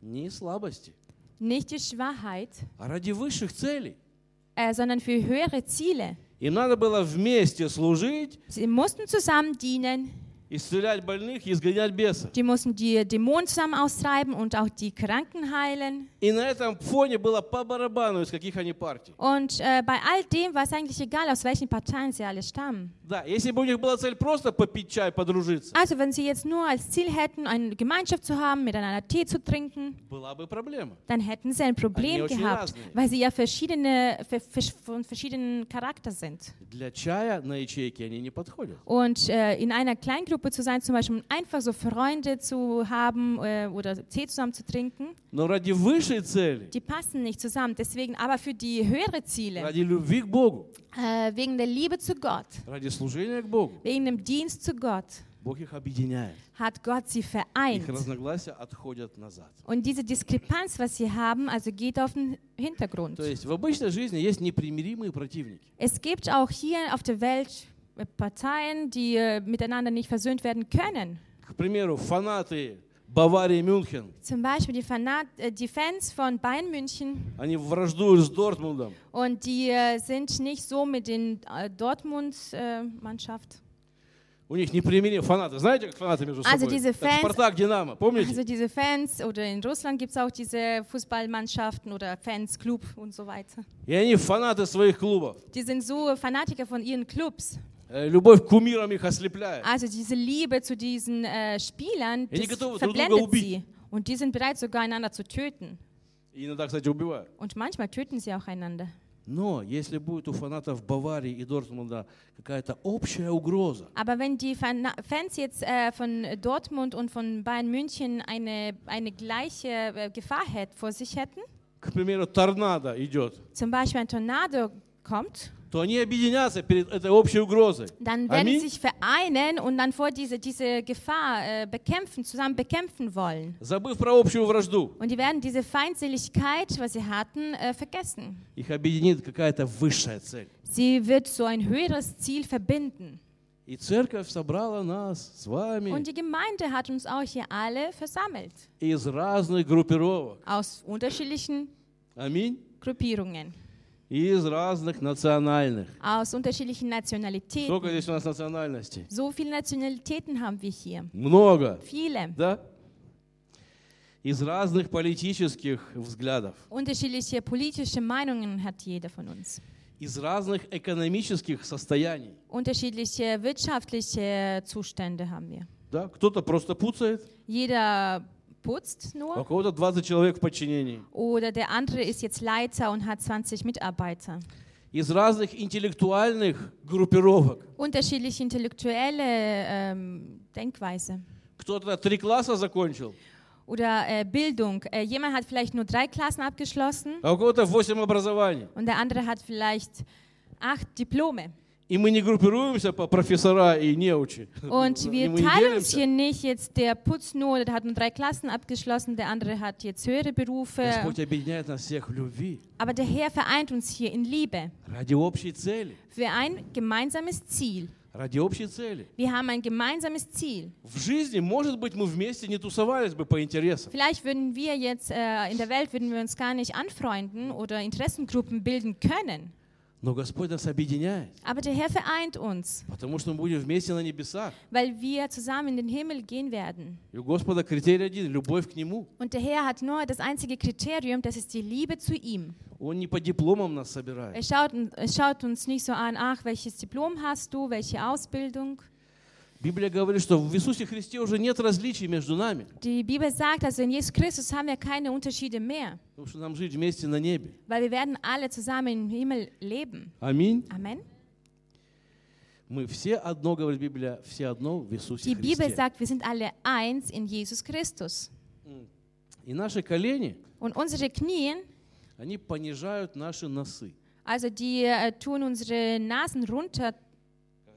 A: Не из слабости,
B: Nicht die Schwachheit,
A: а ради высших целей.
B: äh, sondern für höhere Ziele.
A: Им надо было вместе служить
B: Sie mussten zusammen dienen,
A: исцелять больных и изгонять бесов.
B: die mussten die Dämonen zusammen austreiben und auch die Kranken heilen.
A: И на этом фоне было по барабану, из каких они партий.
B: Und äh, bei all dem war es eigentlich egal, aus welchen Parteien sie alle stammen.
A: Да, если бы у них была цель просто попить чай, подружиться,
B: Also wenn sie jetzt nur als Ziel hätten, eine Gemeinschaft zu haben, miteinander Tee zu trinken,
A: была бы проблема.
B: dann hätten sie ein Problem
A: очень
B: gehabt,
A: разные.
B: weil sie ja verschiedene, ver- versch- von verschiedenen Charakter sind.
A: Для чая на ячейке они не подходят.
B: Und äh, in einer Kleingruppe zu sein, zum Beispiel um einfach so Freunde zu haben äh, oder Tee zusammen zu trinken,
A: Но ради высшей цели,
B: die passen nicht zusammen. Deswegen aber für die höhere Ziele,
A: ради любви к Богу,
B: äh, wegen der Liebe zu Gott,
A: ради служения к Богу,
B: wegen dem Dienst zu Gott,
A: Бог их объединяет.
B: hat Gott sie
A: Их
B: vereint.
A: разногласия отходят назад.
B: Und diese Diskrepanz, was sie haben, also geht auf den Hintergrund.
A: То есть в обычной жизни есть непримиримые противники.
B: Es gibt auch hier auf der Welt äh, Parteien, die äh, miteinander nicht versöhnt werden können.
A: К примеру, фанаты Баварии Мюнхен,
B: Zum Beispiel die, Fanat äh, die Fans von Bayern München
A: они враждуют с Дортмундом.
B: Und die äh, sind nicht so mit den äh, Dortmund-Mannschaft.
A: У них непримиримые фанаты. Знаете, как фанаты между собой?
B: Also diese
A: Как
B: fans-
A: Спартак, Динамо, помните?
B: also diese Fans oder in Russland gibt es auch diese Fußballmannschaften oder Fans, Club und so weiter.
A: И они фанаты своих клубов.
B: Die sind so Fanatiker von ihren Clubs.
A: Э, Любовь к кумирам их ослепляет.
B: Also diese Liebe zu diesen äh, Spielern,
A: Ja, die
B: das
A: готовы друг друга
B: verblendet
A: убить.
B: sie. Und die sind bereit, sogar einander zu töten.
A: И иногда, кстати, убивают.
B: Und manchmal töten sie auch einander.
A: Но если будет у фанатов Баварии и Дортмунда какая-то общая угrоза,
B: Aber wenn die Fan Fans jetzt äh, von Dortmund und von Bayern München eine, eine gleiche äh, Gefahr hätt, vor sich hätten,
A: к примеру, торнадо идет,
B: zum Beispiel ein Tornado kommt,
A: то они объединятся перед этой общей угрозой.
B: dann werden
A: Аминь.
B: sie sich vereinen und dann vor diese, diese Gefahr äh, bekämpfen, zusammen bekämpfen wollen.
A: Забыв про общую вражду,
B: Und die werden diese Feindseligkeit, was sie hatten, äh, vergessen.
A: их объединит какая-то высшая цель.
B: Sie wird so ein höheres Ziel verbinden.
A: И церковь собрала нас с вами
B: Und die Gemeinde hat uns auch hier alle versammelt,
A: из разных группировок.
B: aus unterschiedlichen
A: Аминь.
B: Gruppierungen,
A: И из разных национальных.
B: aus unterschiedlichen
A: Сколько
B: Nationalitäten.
A: здесь у нас национальностей?
B: So viele Nationalitäten haben wir hier.
A: Много.
B: Viele.
A: Да? Из разных политических взглядов,
B: Unterschiedliche politische Meinungen hat jeder von uns.
A: из разных экономических состояний.
B: Unterschiedliche wirtschaftliche Zustände haben wir.
A: Да? Кто-то просто пуцает,
B: Jeder putzt
A: а у
B: nur
A: кого-то 20 человек в подчинении.
B: oder der andere ist jetzt Leiter und hat 20 Mitarbeiter.
A: Из разных интеллектуальных группировок.
B: Unterschiedliche intellektuelle ähm, Denkweise
A: Кто-то три класса закончил,
B: oder äh, Bildung. Äh, jemand hat vielleicht nur drei Klassen abgeschlossen
A: а у кого-то 8 образований.
B: und der andere hat vielleicht acht Diplome.
A: И мы не группируемся по профессора и неучи.
B: Und
A: И
B: wir
A: мы не
B: teilen uns
A: делимся.
B: hier nicht jetzt der Putz nur, der hat nur drei Klassen abgeschlossen, der andere hat jetzt höhere Berufe.
A: Господь объединяет нас всех в любви
B: Aber der Herr vereint uns hier in Liebe
A: ради общей цели.
B: für ein gemeinsames Ziel.
A: Ради общей цели.
B: Wir haben ein gemeinsames Ziel.
A: В жизни, может быть, мы вместе не тусовались бы по интересам.
B: Vielleicht würden wir jetzt äh, in der Welt würden wir uns gar nicht anfreunden oder Interessengruppen bilden können.
A: Но Господь нас объединяет,
B: Aber der Herr vereint uns,
A: потому что мы будем вместе на небесах.
B: weil wir zusammen in den Himmel gehen werden.
A: И у Господа критерий один – любовь к Нему.
B: Und der Herr hat nur das einzige Kriterium, das ist die Liebe zu ihm.
A: Он не по diplomам нас
B: Er
A: собирает.
B: schaut, er schaut uns nicht so an, ach, welches Diplom hast du, welche Ausbildung.
A: Библия говорит, что в Иисусе Христе уже нет различий между нами,
B: Die Bibel sagt, also in Jesus Christus haben wir keine Unterschiede mehr,
A: потому что нам жить вместе на небе.
B: weil wir werden alle zusammen im Himmel leben.
A: Аминь.
B: Amen.
A: Мы все одно, говорит Библия, все одно в Иисусе
B: Die Bibel
A: Христе.
B: sagt, wir sind alle eins in Jesus Christus.
A: И наши колени,
B: Und unsere Knien,
A: они понижают наши носы.
B: also die äh, tun unsere Nasen runter.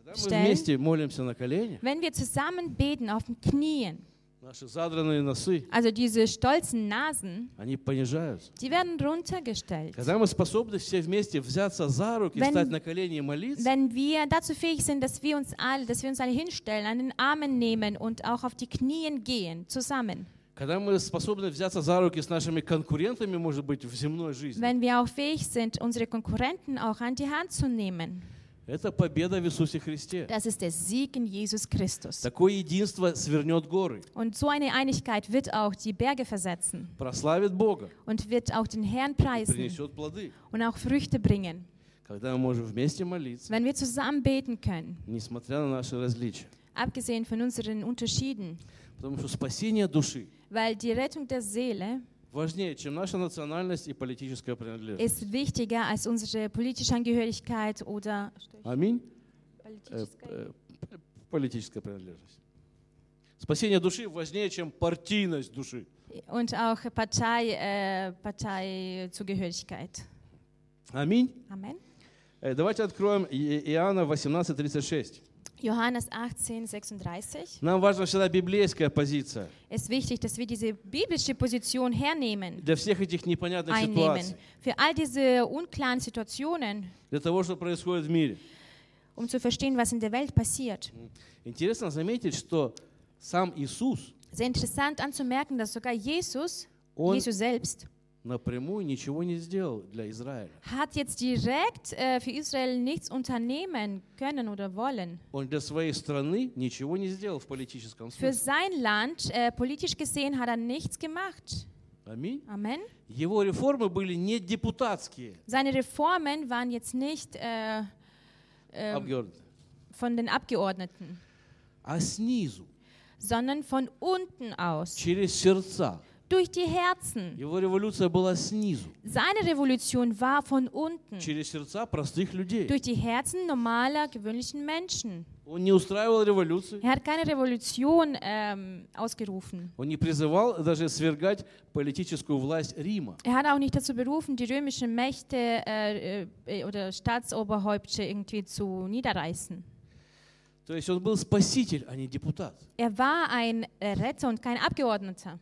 A: Когда мы
B: Стэн.
A: вместе молимся на коленях,
B: Wenn wir zusammen beten auf den Knien,
A: наши задранные носы,
B: also diese stolzen Nasen,
A: они понижаются.
B: die werden runtergestellt.
A: Когда мы способны все вместе взяться за руки,
B: Wenn-
A: встать на колени и молиться,
B: Wenn wir dazu fähig sind, dass wir uns alle, dass wir uns alle hinstellen, an den Armen nehmen und auch auf die Knien gehen, zusammen.
A: когда мы способны взяться за руки с нашими конкурентами, может быть, в земной жизни,
B: Wenn wir auch fähig sind, unsere Konkurrenten auch an die Hand zu nehmen.
A: это победа в Иисусе Христе.
B: Das ist der Sieg in Jesus Christus.
A: Такое единство свернет горы,
B: Und so eine Einigkeit wird auch die Berge versetzen
A: прославит Бога
B: und wird auch den Herrn
A: и
B: preisen
A: принесет плоды.
B: und auch Früchte bringen,
A: Когда мы можем вместе молиться,
B: wenn wir zusammen beten können,
A: несмотря на наши различия.
B: abgesehen von unseren Unterschieden.
A: Потому что спасение души
B: Weil die Rettung der Seele
A: важнее, чем наша национальность и политическая принадлежность.
B: ist wichtiger als unsere politische Angehörigkeit oder
A: Аминь. Э,
B: politische
A: э, Политическая принадлежность. Спасение души важнее, чем партийность души.
B: Und auch Partei, äh, Parteizugehörigkeit.
A: Аминь.
B: Amen.
A: Э, Давайте откроем И- Иоанна 18:36.
B: Johannes 18, 36.
A: Нам важна всегда библейская позиция
B: Es ist wichtig, dass wir diese biblische Position hernehmen,
A: для всех этих непонятных
B: einnehmen.
A: ситуаций,
B: Für all diese unklaren Situationen,
A: для того, что происходит в мире.
B: um zu verstehen, was in der Welt passiert.
A: Интересно заметить, что сам Иисус,
B: Sehr interessant anzumerken, dass sogar Jesus,
A: он
B: Jesus selbst,
A: напрямую ничего не сделал для Израиля.
B: hat jetzt direkt äh, für Israel nichts unternehmen können oder wollen.
A: Он для своей страны ничего не сделал в политическом
B: Für
A: смысле.
B: sein Land, äh, politisch gesehen, hat er nichts gemacht.
A: Аминь.
B: Amen.
A: Его реформы были не депутатские,
B: Seine Reformen waren jetzt nicht äh, ähm,
A: обгёрнутые,
B: von den Abgeordneten,
A: а снизу,
B: sondern von unten aus,
A: через сердца,
B: durch die Herzen.
A: Его революция была снизу,
B: Seine Revolution war von unten,
A: через сердца простых людей.
B: durch die Herzen normaler, gewöhnlichen Menschen.
A: Он не устраивал революции,
B: Er hat keine Revolution ähm, ausgerufen.
A: он не призывал даже свергать политическую власть Рима.
B: Er hat auch nicht dazu berufen, die römischen Mächte äh, äh, oder Staatsoberhäupte irgendwie zu niederreißen.
A: То есть он был спаситель, а не депутат.
B: Er war ein äh, Retter und kein Abgeordneter.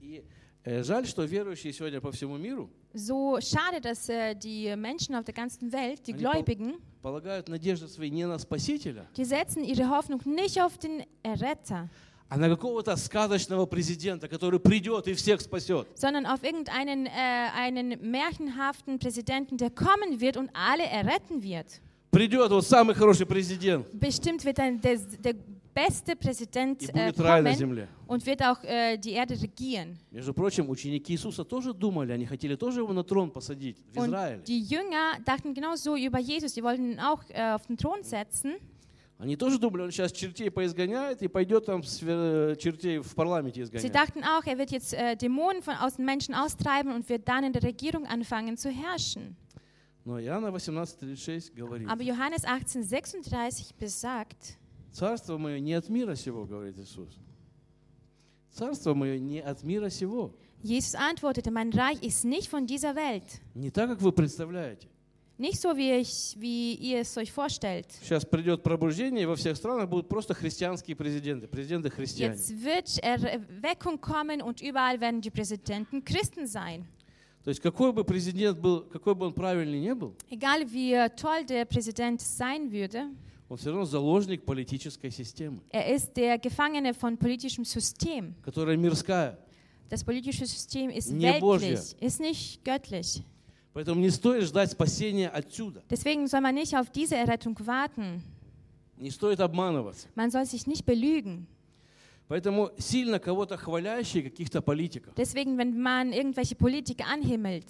A: И э, жаль, что верующие сегодня по всему миру
B: So schade, dass äh, die Menschen auf der ganzen Welt, die
A: Eine Pau-
B: Gläubigen,
A: полагают надежды свои не на спасителя,
B: die setzen ihre Hoffnung nicht auf den Erretter,
A: а на какого-то сказочного президента, который prидет и всех спасет.
B: sondern auf irgendeinen äh, einen märchenhaften Präsidenten, der kommen wird und alle erretten wird.
A: Придет вот самый хороший президент
B: Bestimmt wird dann der, der beste Präsident
A: и
B: äh,
A: будет рай на
B: kommen
A: земле.
B: und wird auch äh, die Erde regieren.
A: Между прочим, ученики Иисуса тоже думали, они хотели тоже его на трон посадить в
B: Und
A: Израиле.
B: die Jünger dachten genauso über Jesus, die wollten ihn auch äh, auf den Thron setzen.
A: Они тоже думали, он сейчас чертей поизгоняет и пойдет там свер- э, чертей в парламенте
B: Sie
A: изгонять.
B: dachten auch, er wird jetzt äh, Dämonen von aus den Menschen austreiben und wird dann in der Regierung anfangen zu herrschen.
A: Но Иоанна 18.36 говорит,
B: Aber Johannes 18,36 besagt,
A: царство мое не от мира сего, говорит Иисус. Царство мое не от мира сего.
B: Jesus antwortete, mein Reich ist nicht von dieser Welt.
A: Не так, как вы представляете.
B: Nicht so, wie, ich, wie ihr es euch vorstellt.
A: Сейчас придет пробуждение, и во всех странах будут просто христианские президенты, президенты христиане.
B: Jetzt wird Erweckung kommen und überall werden die Präsidenten Christen sein.
A: То есть какой бы президент был, какой бы он правильный не был,
B: Egal wie toll der Präsident sein würde,
A: он все равно заложник политической системы,
B: er ist der Gefangene von politischem System.
A: которая мирская.
B: Das politische System ist
A: Nie
B: weltlich,
A: Bożje.
B: ist nicht göttlich.
A: Поэтому не стоит ждать спасения отсюда.
B: Deswegen soll man nicht auf diese Errettung warten.
A: Не стоит обманываться.
B: Man soll sich nicht belügen.
A: Поэтому сильно кого-то хвалящие каких-то политиков
B: Deswegen, wenn man irgendwelche Politiker anhimmelt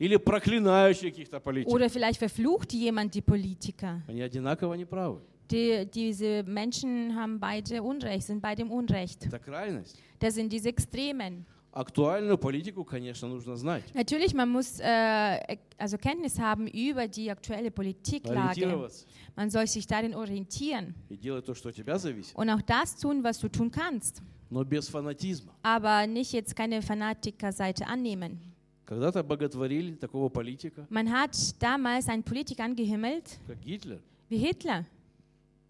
A: или проклинающие каких-то политиков,
B: oder vielleicht verflucht jemand die Politiker,
A: они одинаково неправы.
B: die, diese Menschen haben beide Unrecht, sind beide im Unrecht.
A: Это крайность.
B: Das sind diese Extremen.
A: Актуальную политику, конечно, нужно знать,
B: Natürlich, man muss äh, also Kenntnis haben über die aktuelle Politiklage.
A: ориентироваться
B: Man soll sich darin orientieren
A: и делать то, что от тебя зависит,
B: und auch das tun, was du tun kannst.
A: но без фанатизма.
B: Aber nicht jetzt keine Fanatikerseite annehmen.
A: Когда-то боготворили такого политика,
B: Man hat damals einen Politiker angehimmelt,
A: как Гитлер.
B: wie Hitler.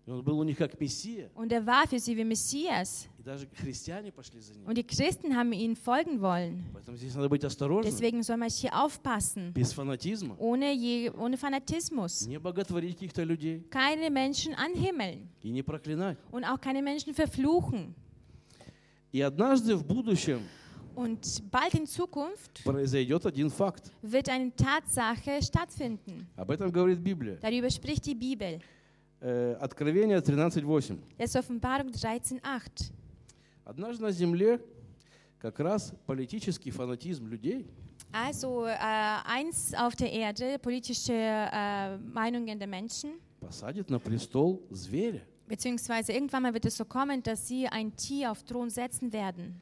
A: И он был у них как мессия.
B: Und er war für sie wie Messias.
A: И даже христиане пошли за ним.
B: Und die Christen haben ihn folgen wollen.
A: Поэтому здесь надо быть осторожным.
B: Deswegen soll man hier aufpassen,
A: Без фанатизма.
B: ohne, je, ohne Fanatismus.
A: Не боготворить каких-то людей
B: Keine Menschen anhimmeln
A: и не проклинать.
B: und auch keine Menschen verfluchen.
A: И однажды в будущем
B: Und bald in Zukunft
A: произойдет один факт.
B: wird eine Tatsache stattfinden.
A: Об этом говорит Библия.
B: Darüber spricht die Bibel.
A: Э, Откровение 13.8.
B: Das ist Offenbarung 13,8.
A: Однажды на земле как раз политический фанатизм людей
B: Also äh, eins auf der Erde, politische äh, Meinungen der Menschen,
A: посадит на престол зверя.
B: beziehungsweise irgendwann mal wird es so kommen, dass sie ein Tier auf Thron setzen werden.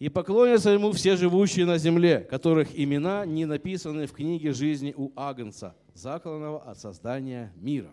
A: И поклонятся ему все живущие на земле, которых имена не написаны в книге жизни у Агнца, закланного от создания мира.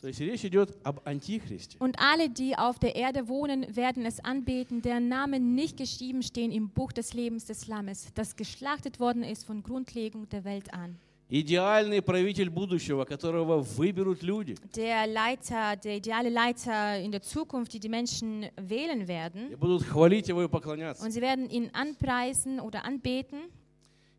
A: То есть речь идет об антихристе.
B: Und alle, die auf der Erde wohnen, werden es anbeten, deren Namen nicht geschrieben stehen im Buch des Lebens des Lammes, das geschlachtet worden ist von Grundlegung der Welt an.
A: Идеальный правитель будущего, которого выберут люди.
B: Der Leiter, der ideale Leiter in der Zukunft, die die Menschen wählen
A: И
B: werden.
A: будут хвалить его и поклоняться.
B: Und sie werden ihn anpreisen oder anbeten.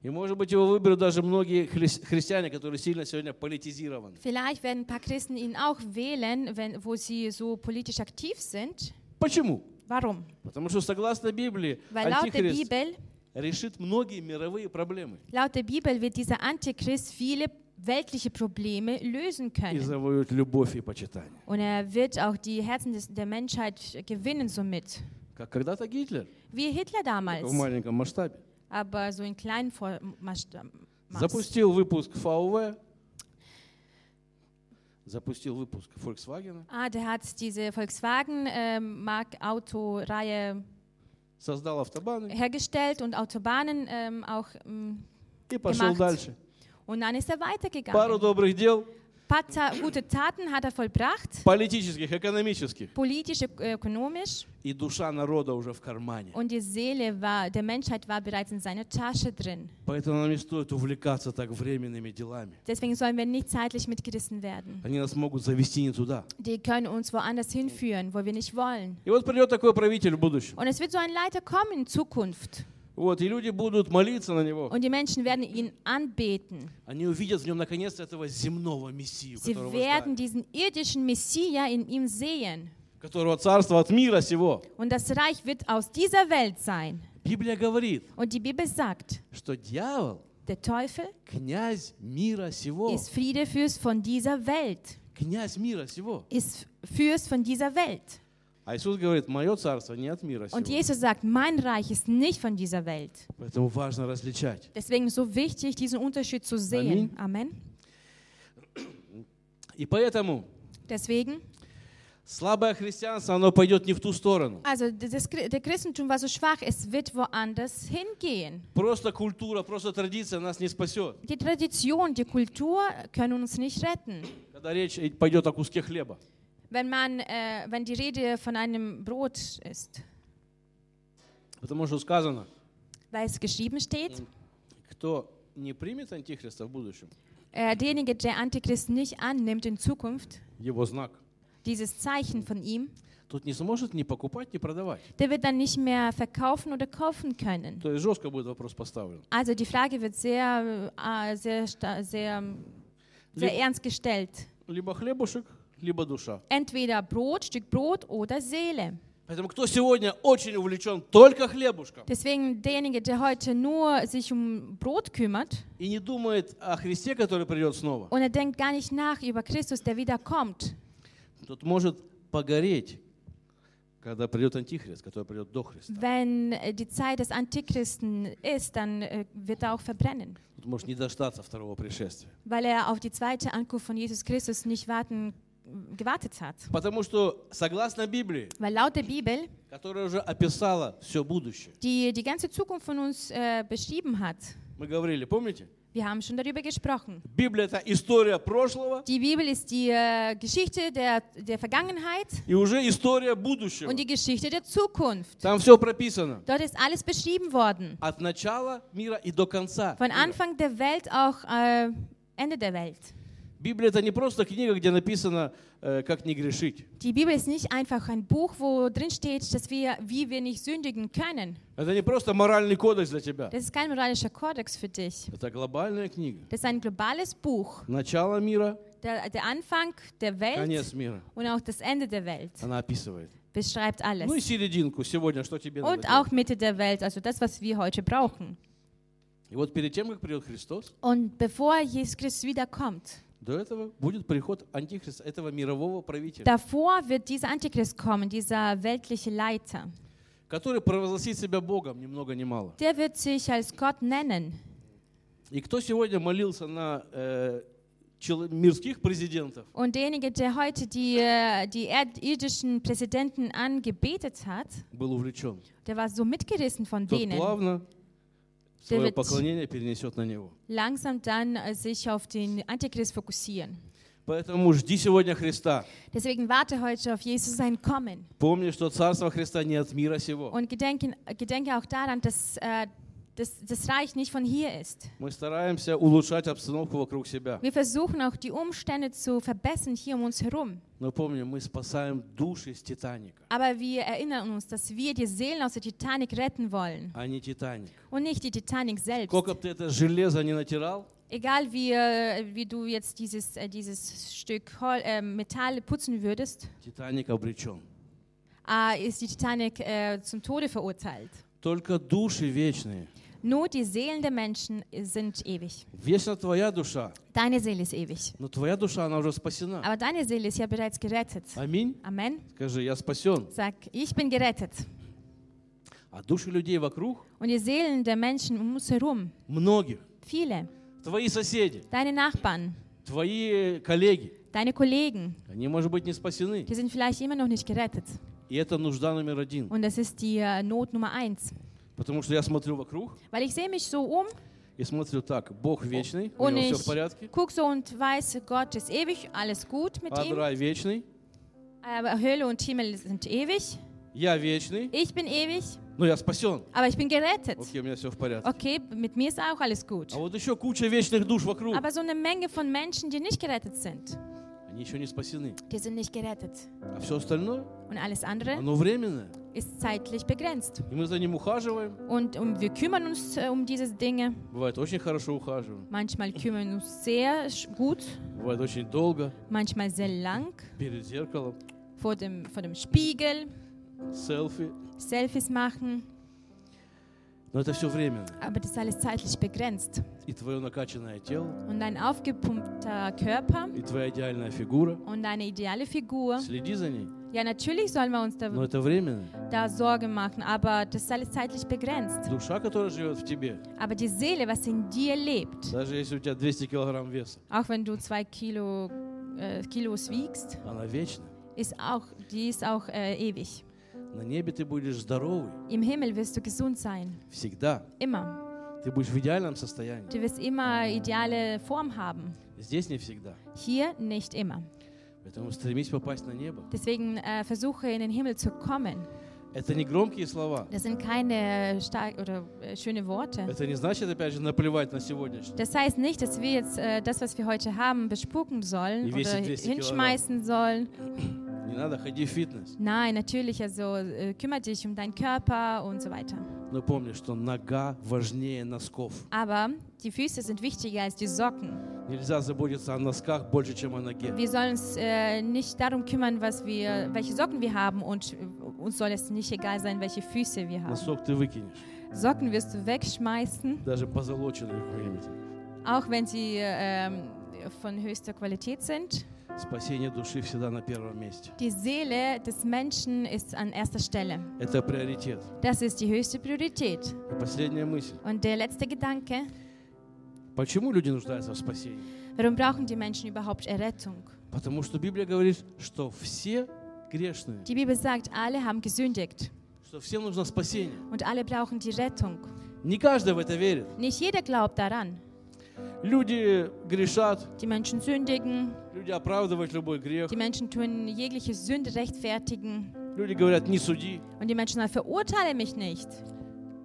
A: И, может быть, его выберут даже многие хри- христиане, которые сильно сегодня политизированы.
B: Vielleicht werden ein paar Christen ihn auch wählen, wenn, wo sie so politisch aktiv sind.
A: Почему?
B: Warum?
A: Потому что, согласно Библии,
B: Weil laut der
A: антихрист
B: Bibel,
A: решит многие мировые проблемы
B: laut der Bibel wird dieser Antichrist viele weltliche Probleme lösen
A: и
B: können.
A: завоюет любовь и почитание.
B: Und er wird auch die Herzen des, der Menschheit gewinnen somit.
A: Как когда-то Гитлер
B: Wie Hitler
A: в
B: damals,
A: маленьком масштабе
B: aber so in kleinen Vor- Maßstab. Maß.
A: запустил выпуск ФАУВ, запустил выпуск Volkswagen,
B: ähm, Ah, der hat diese Volkswagen-Mark-Auto-Reihe
A: создал автобаны
B: hergestellt und Autobahnen ähm, auch ähm,
A: и пошел
B: gemacht.
A: дальше.
B: Und dann ist er
A: Пару
B: weitergegangen.
A: добрых дел,
B: Ein paar Ta gute Taten hat er vollbracht,
A: политических, экономических.
B: politisch, ö- ökonomisch.
A: И душа народа уже в кармане.
B: Und die Seele war, der Menschheit war bereits in seiner Tasche drin.
A: Поэтому нам не стоит увлекаться так временными делами.
B: Deswegen sollen wir nicht zeitlich mitgerissen werden.
A: Они нас могут завести не туда.
B: Die können uns woanders hinführen, wo wir nicht wollen.
A: И вот придет такой правитель в будущем.
B: Und es wird so ein Leiter kommen in Zukunft.
A: Вот, и люди будут молиться на него.
B: Und die Menschen werden ihn anbeten.
A: Они увидят в нем наконец-то этого земного мессию,
B: Sie
A: которого, ждали.
B: werden diesen irdischen Messia in ihm sehen.
A: которого царство от мира сего.
B: Und das Reich wird aus dieser Welt sein.
A: Библия говорит,
B: Und die Bibel sagt,
A: что дьявол
B: der Teufel
A: – князь мира сего.
B: ist Friedefürst von dieser Welt.
A: Князь мира сего.
B: Ist Fürst von dieser Welt.
A: А Иисус говорит, мое царство не от мира
B: Und
A: сего.
B: Jesus sagt, mein Reich ist nicht von dieser Welt.
A: Поэтому важно различать.
B: Deswegen ist so wichtig, diesen Unterschied zu sehen. Amen.
A: И поэтому
B: Deswegen,
A: слабое христианство, оно пойдет не в ту сторону.
B: also das, der Christentum war so schwach, es wird woanders hingehen.
A: Просто культура, просто традиция нас не спасет.
B: Die Tradition, die Kultur können uns nicht retten.
A: Когда речь и- пойдет о куске хлеба.
B: Wenn, man, äh, wenn die Rede von einem Brot ist,
A: Потому что сказано,
B: weil es geschrieben steht,
A: кто не примет Антихриста в будущем,
B: äh, derjenige, der Antichrist nicht annimmt in Zukunft,
A: его знак,
B: dieses Zeichen von ihm,
A: тут не сможет ни покупать, ни продавать.
B: der wird dann nicht mehr verkaufen oder kaufen können.
A: То есть жестко будет вопрос поставлен.
B: Also die Frage wird sehr, äh, sehr, sta- sehr, sehr
A: Либо,
B: ernst gestellt.
A: либо хлебушек, либо душа.
B: Entweder Brot, Stück Brot oder Seele.
A: Поэтому кто сегодня очень увлечен только хлебушком
B: Deswegen derjenige, der heute nur sich um Brot kümmert
A: и не думает о Христе, который придет снова,
B: und er denkt gar nicht nach über Christus, der wiederkommt,
A: тот может погореть, когда придет Антихрист, который придет до Христа.
B: wenn äh, die Zeit des Antichristen ist, dann äh, wird er auch verbrennen,
A: Тут может не дождаться второго пришествия.
B: weil er auf die zweite Ankunft von Jesus Christus nicht warten, gewartet hat.
A: Потому что, согласно Библии,
B: Weil laut der Bibel,
A: которая уже описала все будущее,
B: die die ganze Zukunft von uns äh, beschrieben hat,
A: мы говорили, помните?
B: wir haben schon darüber gesprochen.
A: Библия — это история прошлого
B: Die Bibel ist die äh, Geschichte der, der Vergangenheit
A: и уже история будущего.
B: und die Geschichte der Zukunft.
A: Там все прописано.
B: Dort ist alles beschrieben worden.
A: От начала мира и до конца.
B: Von
A: мира.
B: Anfang der Welt auch äh, Ende der Welt.
A: Библия это не просто книга, где написано, э, как не грешить.
B: Die Bibel ist nicht einfach ein Buch, wo drin steht, dass wir, wie wir nicht sündigen können.
A: Это не просто моральный кодекс для тебя.
B: Das ist kein moralischer Kodex für dich.
A: Это globальная книга.
B: Das ist ein globales Buch.
A: Начало мира,
B: Der, der Anfang der Welt
A: конец мира.
B: und auch das Ende der Welt
A: Она описывает.
B: beschreibt
A: Ну и
B: alles.
A: серединку сегодня, что тебе надо
B: Und
A: делать.
B: auch Mitte der Welt, also das, was wir heute brauchen.
A: И вот перед тем, как придет Христос,
B: Und bevor Jesus Christus wiederkommt,
A: до этого будет приход Антихриста, этого мирового правителя,
B: davor wird dieser Antichrist kommen, dieser weltliche Leiter.
A: который провозгласит себя Богом ни много ни мало.
B: Der wird sich als Gott nennen.
A: И кто сегодня молился на э, чело- мирских президентов,
B: Und derjenige, der heute die, äh, die erd- irdischen Präsidenten angebetet hat,
A: был увлечен.
B: der war so mitgerissen von
A: Тот
B: denen,
A: плавно свое
B: Дэвид.
A: поклонение перенесет на него.
B: langsam dann äh, sich auf den Antichrist fokussieren.
A: Поэтому жди сегодня Христа.
B: Deswegen warte heute auf Jesus sein Kommen
A: Помни, что Царство Христа не от мира сего.
B: und gedenke, gedenke auch daran, dass äh, das, das Reich nicht von hier ist.
A: Мы стараемся улучшать обстановку вокруг себя.
B: Wir versuchen auch die Umstände zu verbessern hier um uns herum.
A: Но помни, мы спасаем души из Титаника,
B: Aber wir erinnern uns, dass wir die Seelen aus der Titanic retten wollen
A: а не Титаник.
B: und nicht die Titanic selbst.
A: Сколько бы ты это железо не натирал,
B: Egal wie, äh, wie du jetzt dieses, äh, dieses Stück Hol äh, Metall putzen würdest,
A: Титаник обречен.
B: äh, ist die Titanic äh, zum Tode verurteilt.
A: Только души вечные.
B: Nur die Seelen der Menschen sind ewig.
A: Вечно твоя душа.
B: Deine Seele ist ewig.
A: Но твоя душа, она уже спасена.
B: Aber deine Seele ist ja bereits gerettet.
A: Аминь.
B: Amen.
A: Скажи, я спасен.
B: Sag, ich bin gerettet.
A: А души людей вокруг,
B: Und die Seelen der Menschen um uns herum,
A: многих,
B: viele,
A: твои соседи,
B: deine Nachbarn,
A: твои коллеги,
B: deine Kollegen,
A: они, может быть, не спасены.
B: die sind vielleicht immer noch nicht gerettet.
A: И это нужда номер один.
B: Und das ist die äh, Not Nummer eins.
A: Потому что я смотрю вокруг
B: Weil ich sehe mich so um
A: и смотрю так, Бог вечный, у
B: und
A: него все
B: ich
A: в porядке.
B: gucke so und weiß, Gott ist ewig, alles gut mit ihm.
A: Адрай вечный,
B: Aber Höhle und Himmel sind ewig.
A: я вечный,
B: Ich bin ewig,
A: но я спасен.
B: aber ich bin gerettet.
A: Окей, у меня все в порядке.
B: Okay, mit mir ist auch alles gut.
A: А вот еще куча вечных душ вокруг.
B: Aber so eine Menge von Menschen, die nicht gerettet sind,
A: Они еще не спасены.
B: die sind nicht gerettet.
A: А все остальное,
B: Und alles andere
A: оно временное.
B: ist zeitlich begrenzt.
A: И мы за ним ухаживаем.
B: Und um, wir kümmern uns äh, um diese Dinge.
A: Бывает очень хорошо ухаживаем.
B: Manchmal kümmern wir uns sehr sch- gut,
A: Бывает очень долго,
B: manchmal sehr lang.
A: перед зеркалом,
B: Vor dem, vor dem Spiegel,
A: селфи.
B: Selfies machen.
A: Но это все временно.
B: Aber das ist alles zeitlich begrenzt.
A: И твое накачанное тело,
B: Und dein aufgepumpter Körper
A: и твоя идеальная фигура.
B: und deine ideale Figur.
A: Следи за ней.
B: Ja, natürlich sollen wir uns
A: Но
B: da,
A: это временно.
B: da Sorgen machen, aber das ist alles zeitlich begrenzt.
A: Душа, которая живет в тебе,
B: Aber die Seele, was in dir lebt,
A: даже если у тебя 200 килограмм веса,
B: auch wenn du zwei Kilo, äh, Kilos wiegst,
A: она вечна.
B: ist auch, die ist auch äh, ewig.
A: На небе ты будешь здоровый
B: Im Himmel wirst du gesund sein,
A: всегда.
B: immer.
A: Ты будешь в идеальном состоянии.
B: Du wirst immer ideale Form haben.
A: Здесь не всегда.
B: Hier nicht immer.
A: Поэтому стремись попасть на небо.
B: Deswegen äh, versuche in den Himmel zu kommen.
A: Это не громкие слова.
B: Das sind keine stark oder äh, schöne Worte.
A: Это не значит, опять же, наплевать на сегодняшнее.
B: Das heißt nicht, dass wir jetzt äh, das, was wir heute haben, bespucken sollen
A: Wie
B: oder
A: wichtig ist die
B: hinschmeißen sollen.
A: Не надо, ходи в фитнес.
B: Nein, natürlich, also äh, kümmere dich um deinen Körper und so weiter.
A: Но помни, что нога важнее носков.
B: Aber die Füße sind wichtiger als die Socken.
A: Нельзя заботиться о носках больше, чем о ноге.
B: Wir sollen uns äh, nicht darum kümmern, was wir, welche Socken wir haben und äh, uns soll es nicht egal sein, welche Füße wir haben.
A: Носок ты выкинешь,
B: Socken wirst du wegschmeißen,
A: даже позолоченный какой-нибудь.
B: auch wenn sie äh, ähm, von höchster Qualität sind.
A: Спасение души всегда на первом месте.
B: Die Seele des Menschen ist an erster Stelle.
A: Это приоритет.
B: Das ist die höchste Priorität.
A: И последняя мысль.
B: Und der letzte Gedanke,
A: Почему люди нуждаются в спасении?
B: warum brauchen die Menschen überhaupt Errettung?
A: Потому что Библия говорит, что все грешные,
B: Die Bibel sagt, alle haben gesündigt
A: что всем нужно спасение.
B: und alle brauchen die Rettung.
A: Не каждый в это верит.
B: Nicht jeder glaubt daran.
A: Люди грешат,
B: Die Menschen sündigen,
A: люди оправдывают любой грех.
B: die Menschen tun jegliche Sünde rechtfertigen
A: Люди говорят, не суди.
B: und die Menschen sagen, verurteile mich nicht.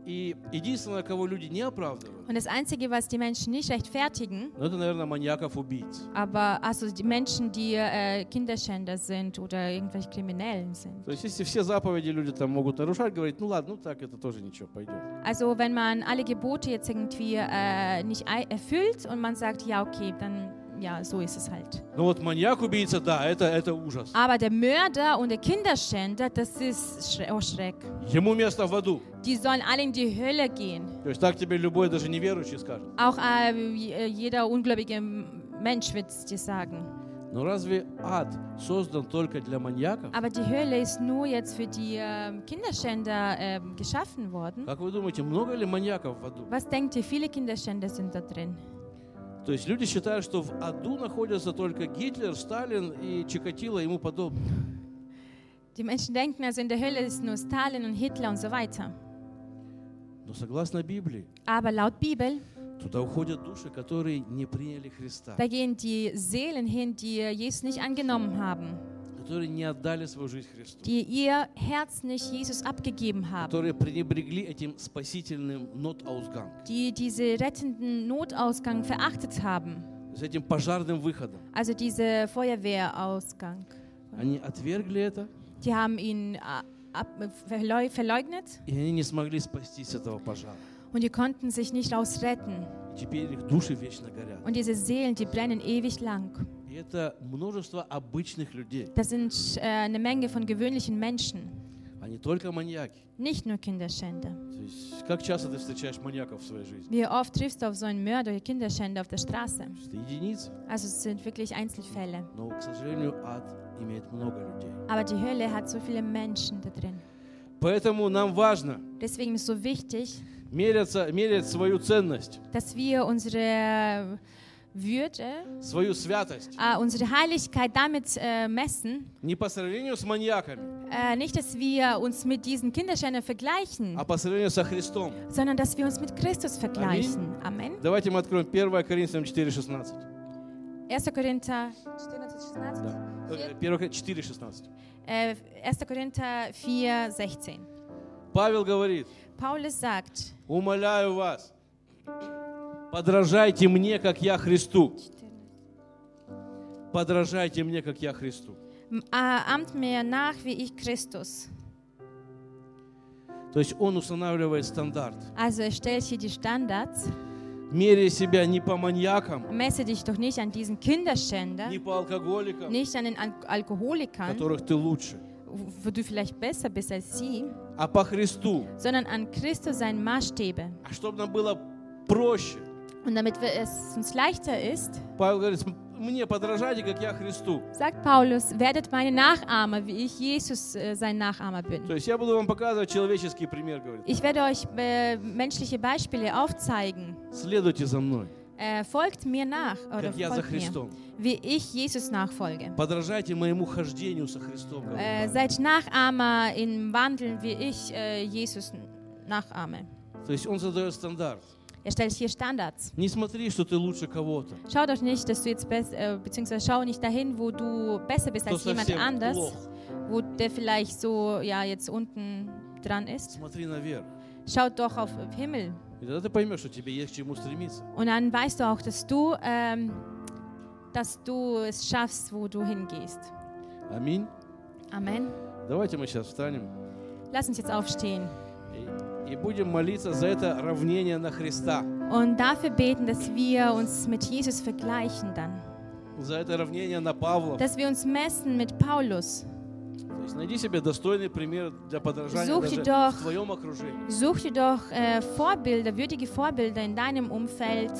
A: И единственное, кого люди не оправдывают,
B: Und das Einzige, was die Menschen nicht rechtfertigen,
A: ну это, наверное, маньяков-убийц.
B: aber also die Menschen, die äh, Kinderschänder sind oder irgendwelche Kriminellen sind.
A: То есть, если все заповеди люди там могут нарушать, говорить, ну ладно, ну так, это тоже ничего, пойдет.
B: Also wenn man alle Gebote jetzt irgendwie äh, nicht ei- erfüllt und man sagt, ja, okay, dann ja, so ist es halt.
A: Ну вот маньяк-убийца, да, это, это ужас.
B: Aber der Mörder und der Kinderschänder, das ist Schre oh Schreck.
A: Ему место в аду.
B: Die sollen alle in die Hölle gehen.
A: То есть, так тебе любой, даже неверующий скажет.
B: Auch äh, j- jeder ungläubige Mensch wird es dir sagen.
A: Но разве ад создан только для маньяков?
B: Aber die Hölle ist nur jetzt für die ähm, Kinderschänder ähm, geschaffen worden.
A: Как вы думаете, много ли маньяков в аду?
B: Was denkt ihr, viele Kinderschänder sind da drin?
A: То есть люди считают, что в аду находятся только Гитлер, Сталин и Чикатило и ему подобное.
B: Die Menschen denken also, in der Hölle ist nur Stalin und Hitler und so weiter.
A: Но согласно Библии,
B: Aber laut Bibel
A: туда уходят души, которые не приняли Христа,
B: Da gehen die Seelen hin, die Jesus nicht angenommen haben,
A: которые не отдали свою жизнь Христу.
B: die ihr Herz nicht Jesus abgegeben haben,
A: которые пренебрегли этим спасительным Нотаусганг,
B: die diese rettenden Notausgang verachtet haben,
A: с этим пожарным выходом.
B: also diese Feuerwehrausgang.
A: Они отвергли это,
B: Die haben ihn äh, ab, verleu verleugnet
A: и они не смогли спастись от этого пожара.
B: und die konnten sich nicht rausretten.
A: И Теперь их души вечно горят.
B: Und diese Seelen, die brennen ewig lang.
A: И это множество обычных людей.
B: Das sind äh, eine Menge von gewöhnlichen Menschen,
A: Они а только маньяки.
B: nicht nur Kinderschänder.
A: То есть, как часто ты встречаешь маньяков в своей жизни?
B: Wie oft triffst du auf so einen Mörder oder Kinderschänder auf der Straße?
A: Это единицы.
B: Also es sind wirklich Einzelfälle.
A: Но, к сожалению, ад имеет много людей.
B: Aber die Hölle hat so viele Menschen da drin.
A: Поэтому нам важно
B: Deswegen ist so wichtig,
A: меряться, мерять свою ценность
B: dass wir unsere Würde,
A: свою святость
B: äh, unsere Heiligkeit damit äh, messen,
A: не по сравнению с маньяками,
B: äh, nicht, dass wir uns mit diesen Kinderschändern vergleichen,
A: а по сравнению со Христом.
B: sondern dass wir uns mit Christus vergleichen. Amen.
A: Давайте мы откроем 1 Коринфянам 4,16.
B: 1. Korinther 14, 16.
A: Да. Э, 1 Кор- 4,16.
B: Äh, 1. Korinther 4, 16.
A: Павел говорит,
B: Paulus sagt,
A: умоляю вас, подражайте мне, как я Христу. Подражайте мне, как я Христу.
B: "M- ah, ahmt mir nach wie ich Christus.
A: То есть он устанавливает стандарт.
B: Also er stellt hier die Standards.
A: Меряя себя не по маньякам,
B: Messe dich doch nicht an diesen Kinderschänder,
A: не по алкоголикам,
B: nicht an den Al Alkoholikern,
A: которых ты lучше,
B: wo du vielleicht besser bist als sie,
A: а по Христу.
B: sondern an Christus seinen Maßstäbe.
A: А чтобы нам было проще,
B: Und damit wir- es uns leichter ist,
A: Павел говорит, «См- мне подражайте, как я Христу.
B: sagt Paulus, werdet meine Nachahmer, wie ich Jesus äh, sein Nachahmer
A: То
B: bin.
A: есть я буду вам показывать человеческий пример, говорит.
B: Ich werde euch äh, menschliche Beispiele aufzeigen.
A: Следуйте за мной,
B: Äh, folgt mir nach, oder
A: как я за
B: folgt mir,
A: Христом.
B: wie ich Jesus nachfolge.
A: Подражайте моему хождению со Христом. говорит
B: Äh,
A: Павел.
B: seid Nachahmer im Wandeln, wie ich äh, Jesus nachahme.
A: То есть он задает стандарт.
B: Er stellt hier Standards.
A: Не смотри, что ты лучше кого-то.
B: Schau doch nicht, dass du jetzt bess- äh, beziehungsweise schau nicht dahin, wo du besser bist
A: Кто
B: als jemand
A: совсем
B: anders,
A: плох.
B: wo der vielleicht so ja jetzt unten dran ist.
A: Смотри наверх.
B: Schaut doch auf Himmel
A: И тогда ты поймешь, что тебе есть к чему стремиться.
B: und dann weißt du auch, dass du, ähm, dass du es schaffst, wo du hingehst.
A: Аминь.
B: Amen.
A: Давайте мы сейчас встанем
B: Lass uns jetzt aufstehen.
A: и, и будем молиться за это равнение на Христа.
B: Und dafür beten, dass wir uns mit Jesus vergleichen dann.
A: За это равнение на Павла.
B: Dass wir uns messen mit Paulus.
A: То есть найди себе достойный пример для подражания
B: Such
A: даже
B: dir doch-
A: в твоем окружении.
B: Such dir doch äh, Vorbilder, würdige Vorbilder in deinem Umfeld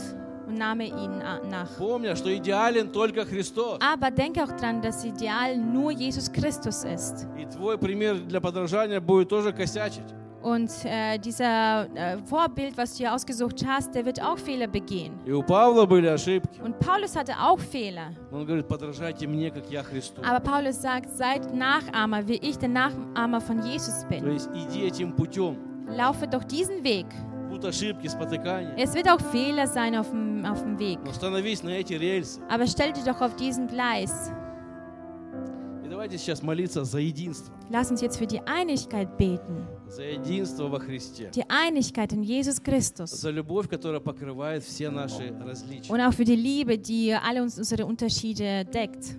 B: und nahme ihnen a- nach.
A: Помни, что идеален только Христос.
B: Aber denke auch dran, dass Ideal nur Jesus Christus ist.
A: И твой пример для подражания будет тоже косячить.
B: Und äh, dieser äh, Vorbild, was du hier ausgesucht hast, der wird auch Fehler begehen.
A: И у Павла были ошибки.
B: Und Paulus hatte auch Fehler.
A: Он говорит, подражайте мне, как я Христу.
B: Aber Paulus sagt, seid Nachahmer, wie ich der Nachahmer von Jesus
A: То
B: bin.
A: есть иди этим путем.
B: Laufe doch diesen Weg.
A: Будут ошибки, спотыкания.
B: Es wird auch Fehler sein auf dem, auf dem Weg.
A: Но становись на эти рельсы.
B: Aber stell dich doch auf diesen Gleis.
A: И давайте сейчас молиться за единство.
B: Lass uns jetzt für die Einigkeit beten.
A: За единство во Христе.
B: Die Einigkeit in Jesus Christus.
A: За любовь, которая покрывает все наши различия.
B: Und auch für die Liebe, die alle uns unsere Unterschiede deckt.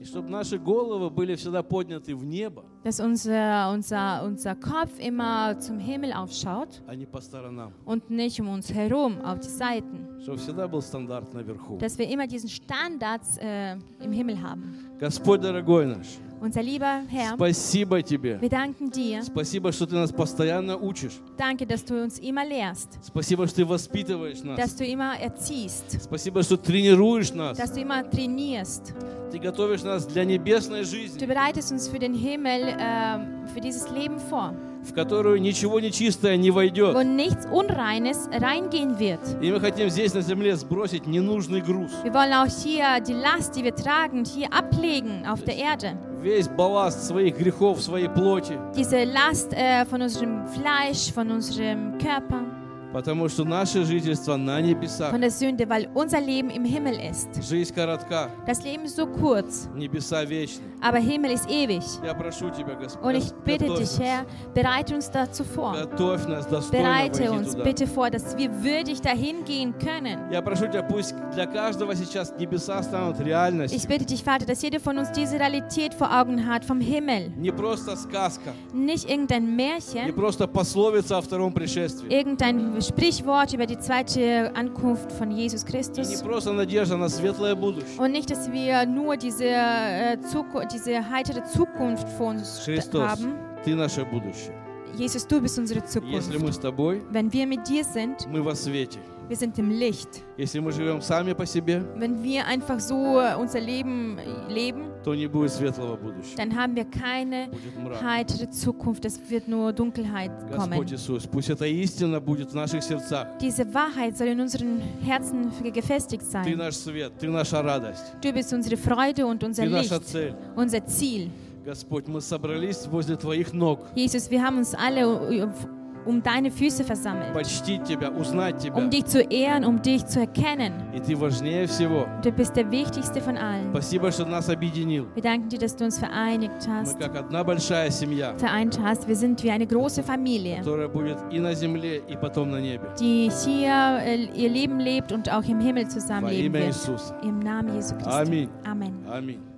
A: И чтобы наши головы были всегда podняты в небо,
B: Dass unser, unser, unser Kopf immer zum Himmel aufschaut
A: а не по сторонам.
B: und nicht um uns herum, auf die Seiten.
A: Чтобы всегда был стандарт наверху.
B: Dass wir immer diesen Standards äh, im Himmel haben.
A: Господь дорогой наш,
B: Unser lieber Herr,
A: спасибо Тебе.
B: wir danken dir.
A: Спасибо, что Ты нас постоянно учишь.
B: Danke, dass du uns immer lehrst.
A: Спасибо, что Ты воспитываешь
B: Dass
A: нас.
B: du immer erziehst.
A: Спасибо, что тренируешь нас.
B: Dass du immer trainierst.
A: Ты готовишь нас для небесной
B: Du
A: жизни,
B: bereitest uns für den Himmel, ähm, für dieses Leben vor,
A: в которую nичего нечистое не
B: wo
A: войдет.
B: nichts Unreines reingehen wird.
A: И мы хотим здесь на земле сбросить ненужный груз.
B: Wir wollen auch hier die Last, die wir tragen, hier ablegen auf der Erde.
A: Весь балласт своих грехов, своей плоти.
B: Diese Last äh, von unserem Fleisch, von unserem Körper,
A: Потому что наше жительство на небесах.
B: von der Sünde, weil unser Leben im Himmel ist.
A: Жизнь коротка,
B: Das Leben ist so kurz,
A: небеса вечны.
B: aber Himmel ist ewig.
A: Я прошу Тебя, Господь,
B: Und ich bitte
A: готовь нас.
B: dich, Herr, bereite uns dazu vor.
A: Готовь нас достойно
B: Bereite
A: войти
B: uns
A: туда.
B: bitte vor, dass wir würdig dahin gehen können.
A: Я прошу тебя, пусть для каждого сейчас небеса станут
B: Ich
A: реальностью.
B: bitte dich, Vater, dass jeder von uns diese Realität vor Augen hat vom Himmel.
A: Не просто сказка,
B: Nicht irgendein
A: не
B: Märchen,
A: просто пословица о втором пришествии.
B: irgendein Sprichwort über die zweite Ankunft von Jesus
A: И не
B: Christus.
A: просто надежда на светлое будущее.
B: Und nicht, dass wir nur diese, äh, Zuku- diese heitere Zukunft vor uns st-
A: Христос,
B: haben.
A: Ты наше будущее.
B: Jesus, du bist unsere
A: Если
B: Zukunft.
A: мы с тобой,
B: Wenn wir mit dir sind,
A: мы во свете.
B: wir sind im Licht.
A: Если мы живем сами по себе,
B: Wenn wir einfach so äh, unser Leben äh, leben,
A: то не будет светлого будущего.
B: dann haben wir keine
A: Будет мрак.
B: heitere Zukunft. Es wird nur Dunkelheit
A: Господь
B: kommen.
A: Иисус, пусть эта истина будет в наших сердцах.
B: Diese Wahrheit soll in unseren Herzen ge- gefestigt
A: Ты
B: sein.
A: наш свет, Ты наша радость,
B: Du bist unsere Freude und unser
A: Ты наша
B: Licht,
A: цель.
B: unser Ziel.
A: Господь, мы собрались возле Твоих ног,
B: Jesus, wir haben uns alle u- u- um deine Füße versammelt,
A: почтить Тебя, узнать Тебя.
B: um dich zu ehren, um dich zu erkennen.
A: И Ты важнее всего.
B: Du bist der Wichtigste von allen.
A: Спасибо, что нас объединил.
B: Wir danken dir, dass du uns vereinigt
A: Мы
B: hast.
A: как одна большая семья,
B: Vereint hast. Wir sind wie eine große Familie,
A: которая будет и на земле, и потом на небе.
B: die hier äh, ihr Leben lebt und auch im Himmel
A: Во
B: zusammenleben
A: имя
B: wird.
A: Иисуса.
B: Im Namen Jesu Christi.
A: Аминь.
B: Amen.
A: Аминь.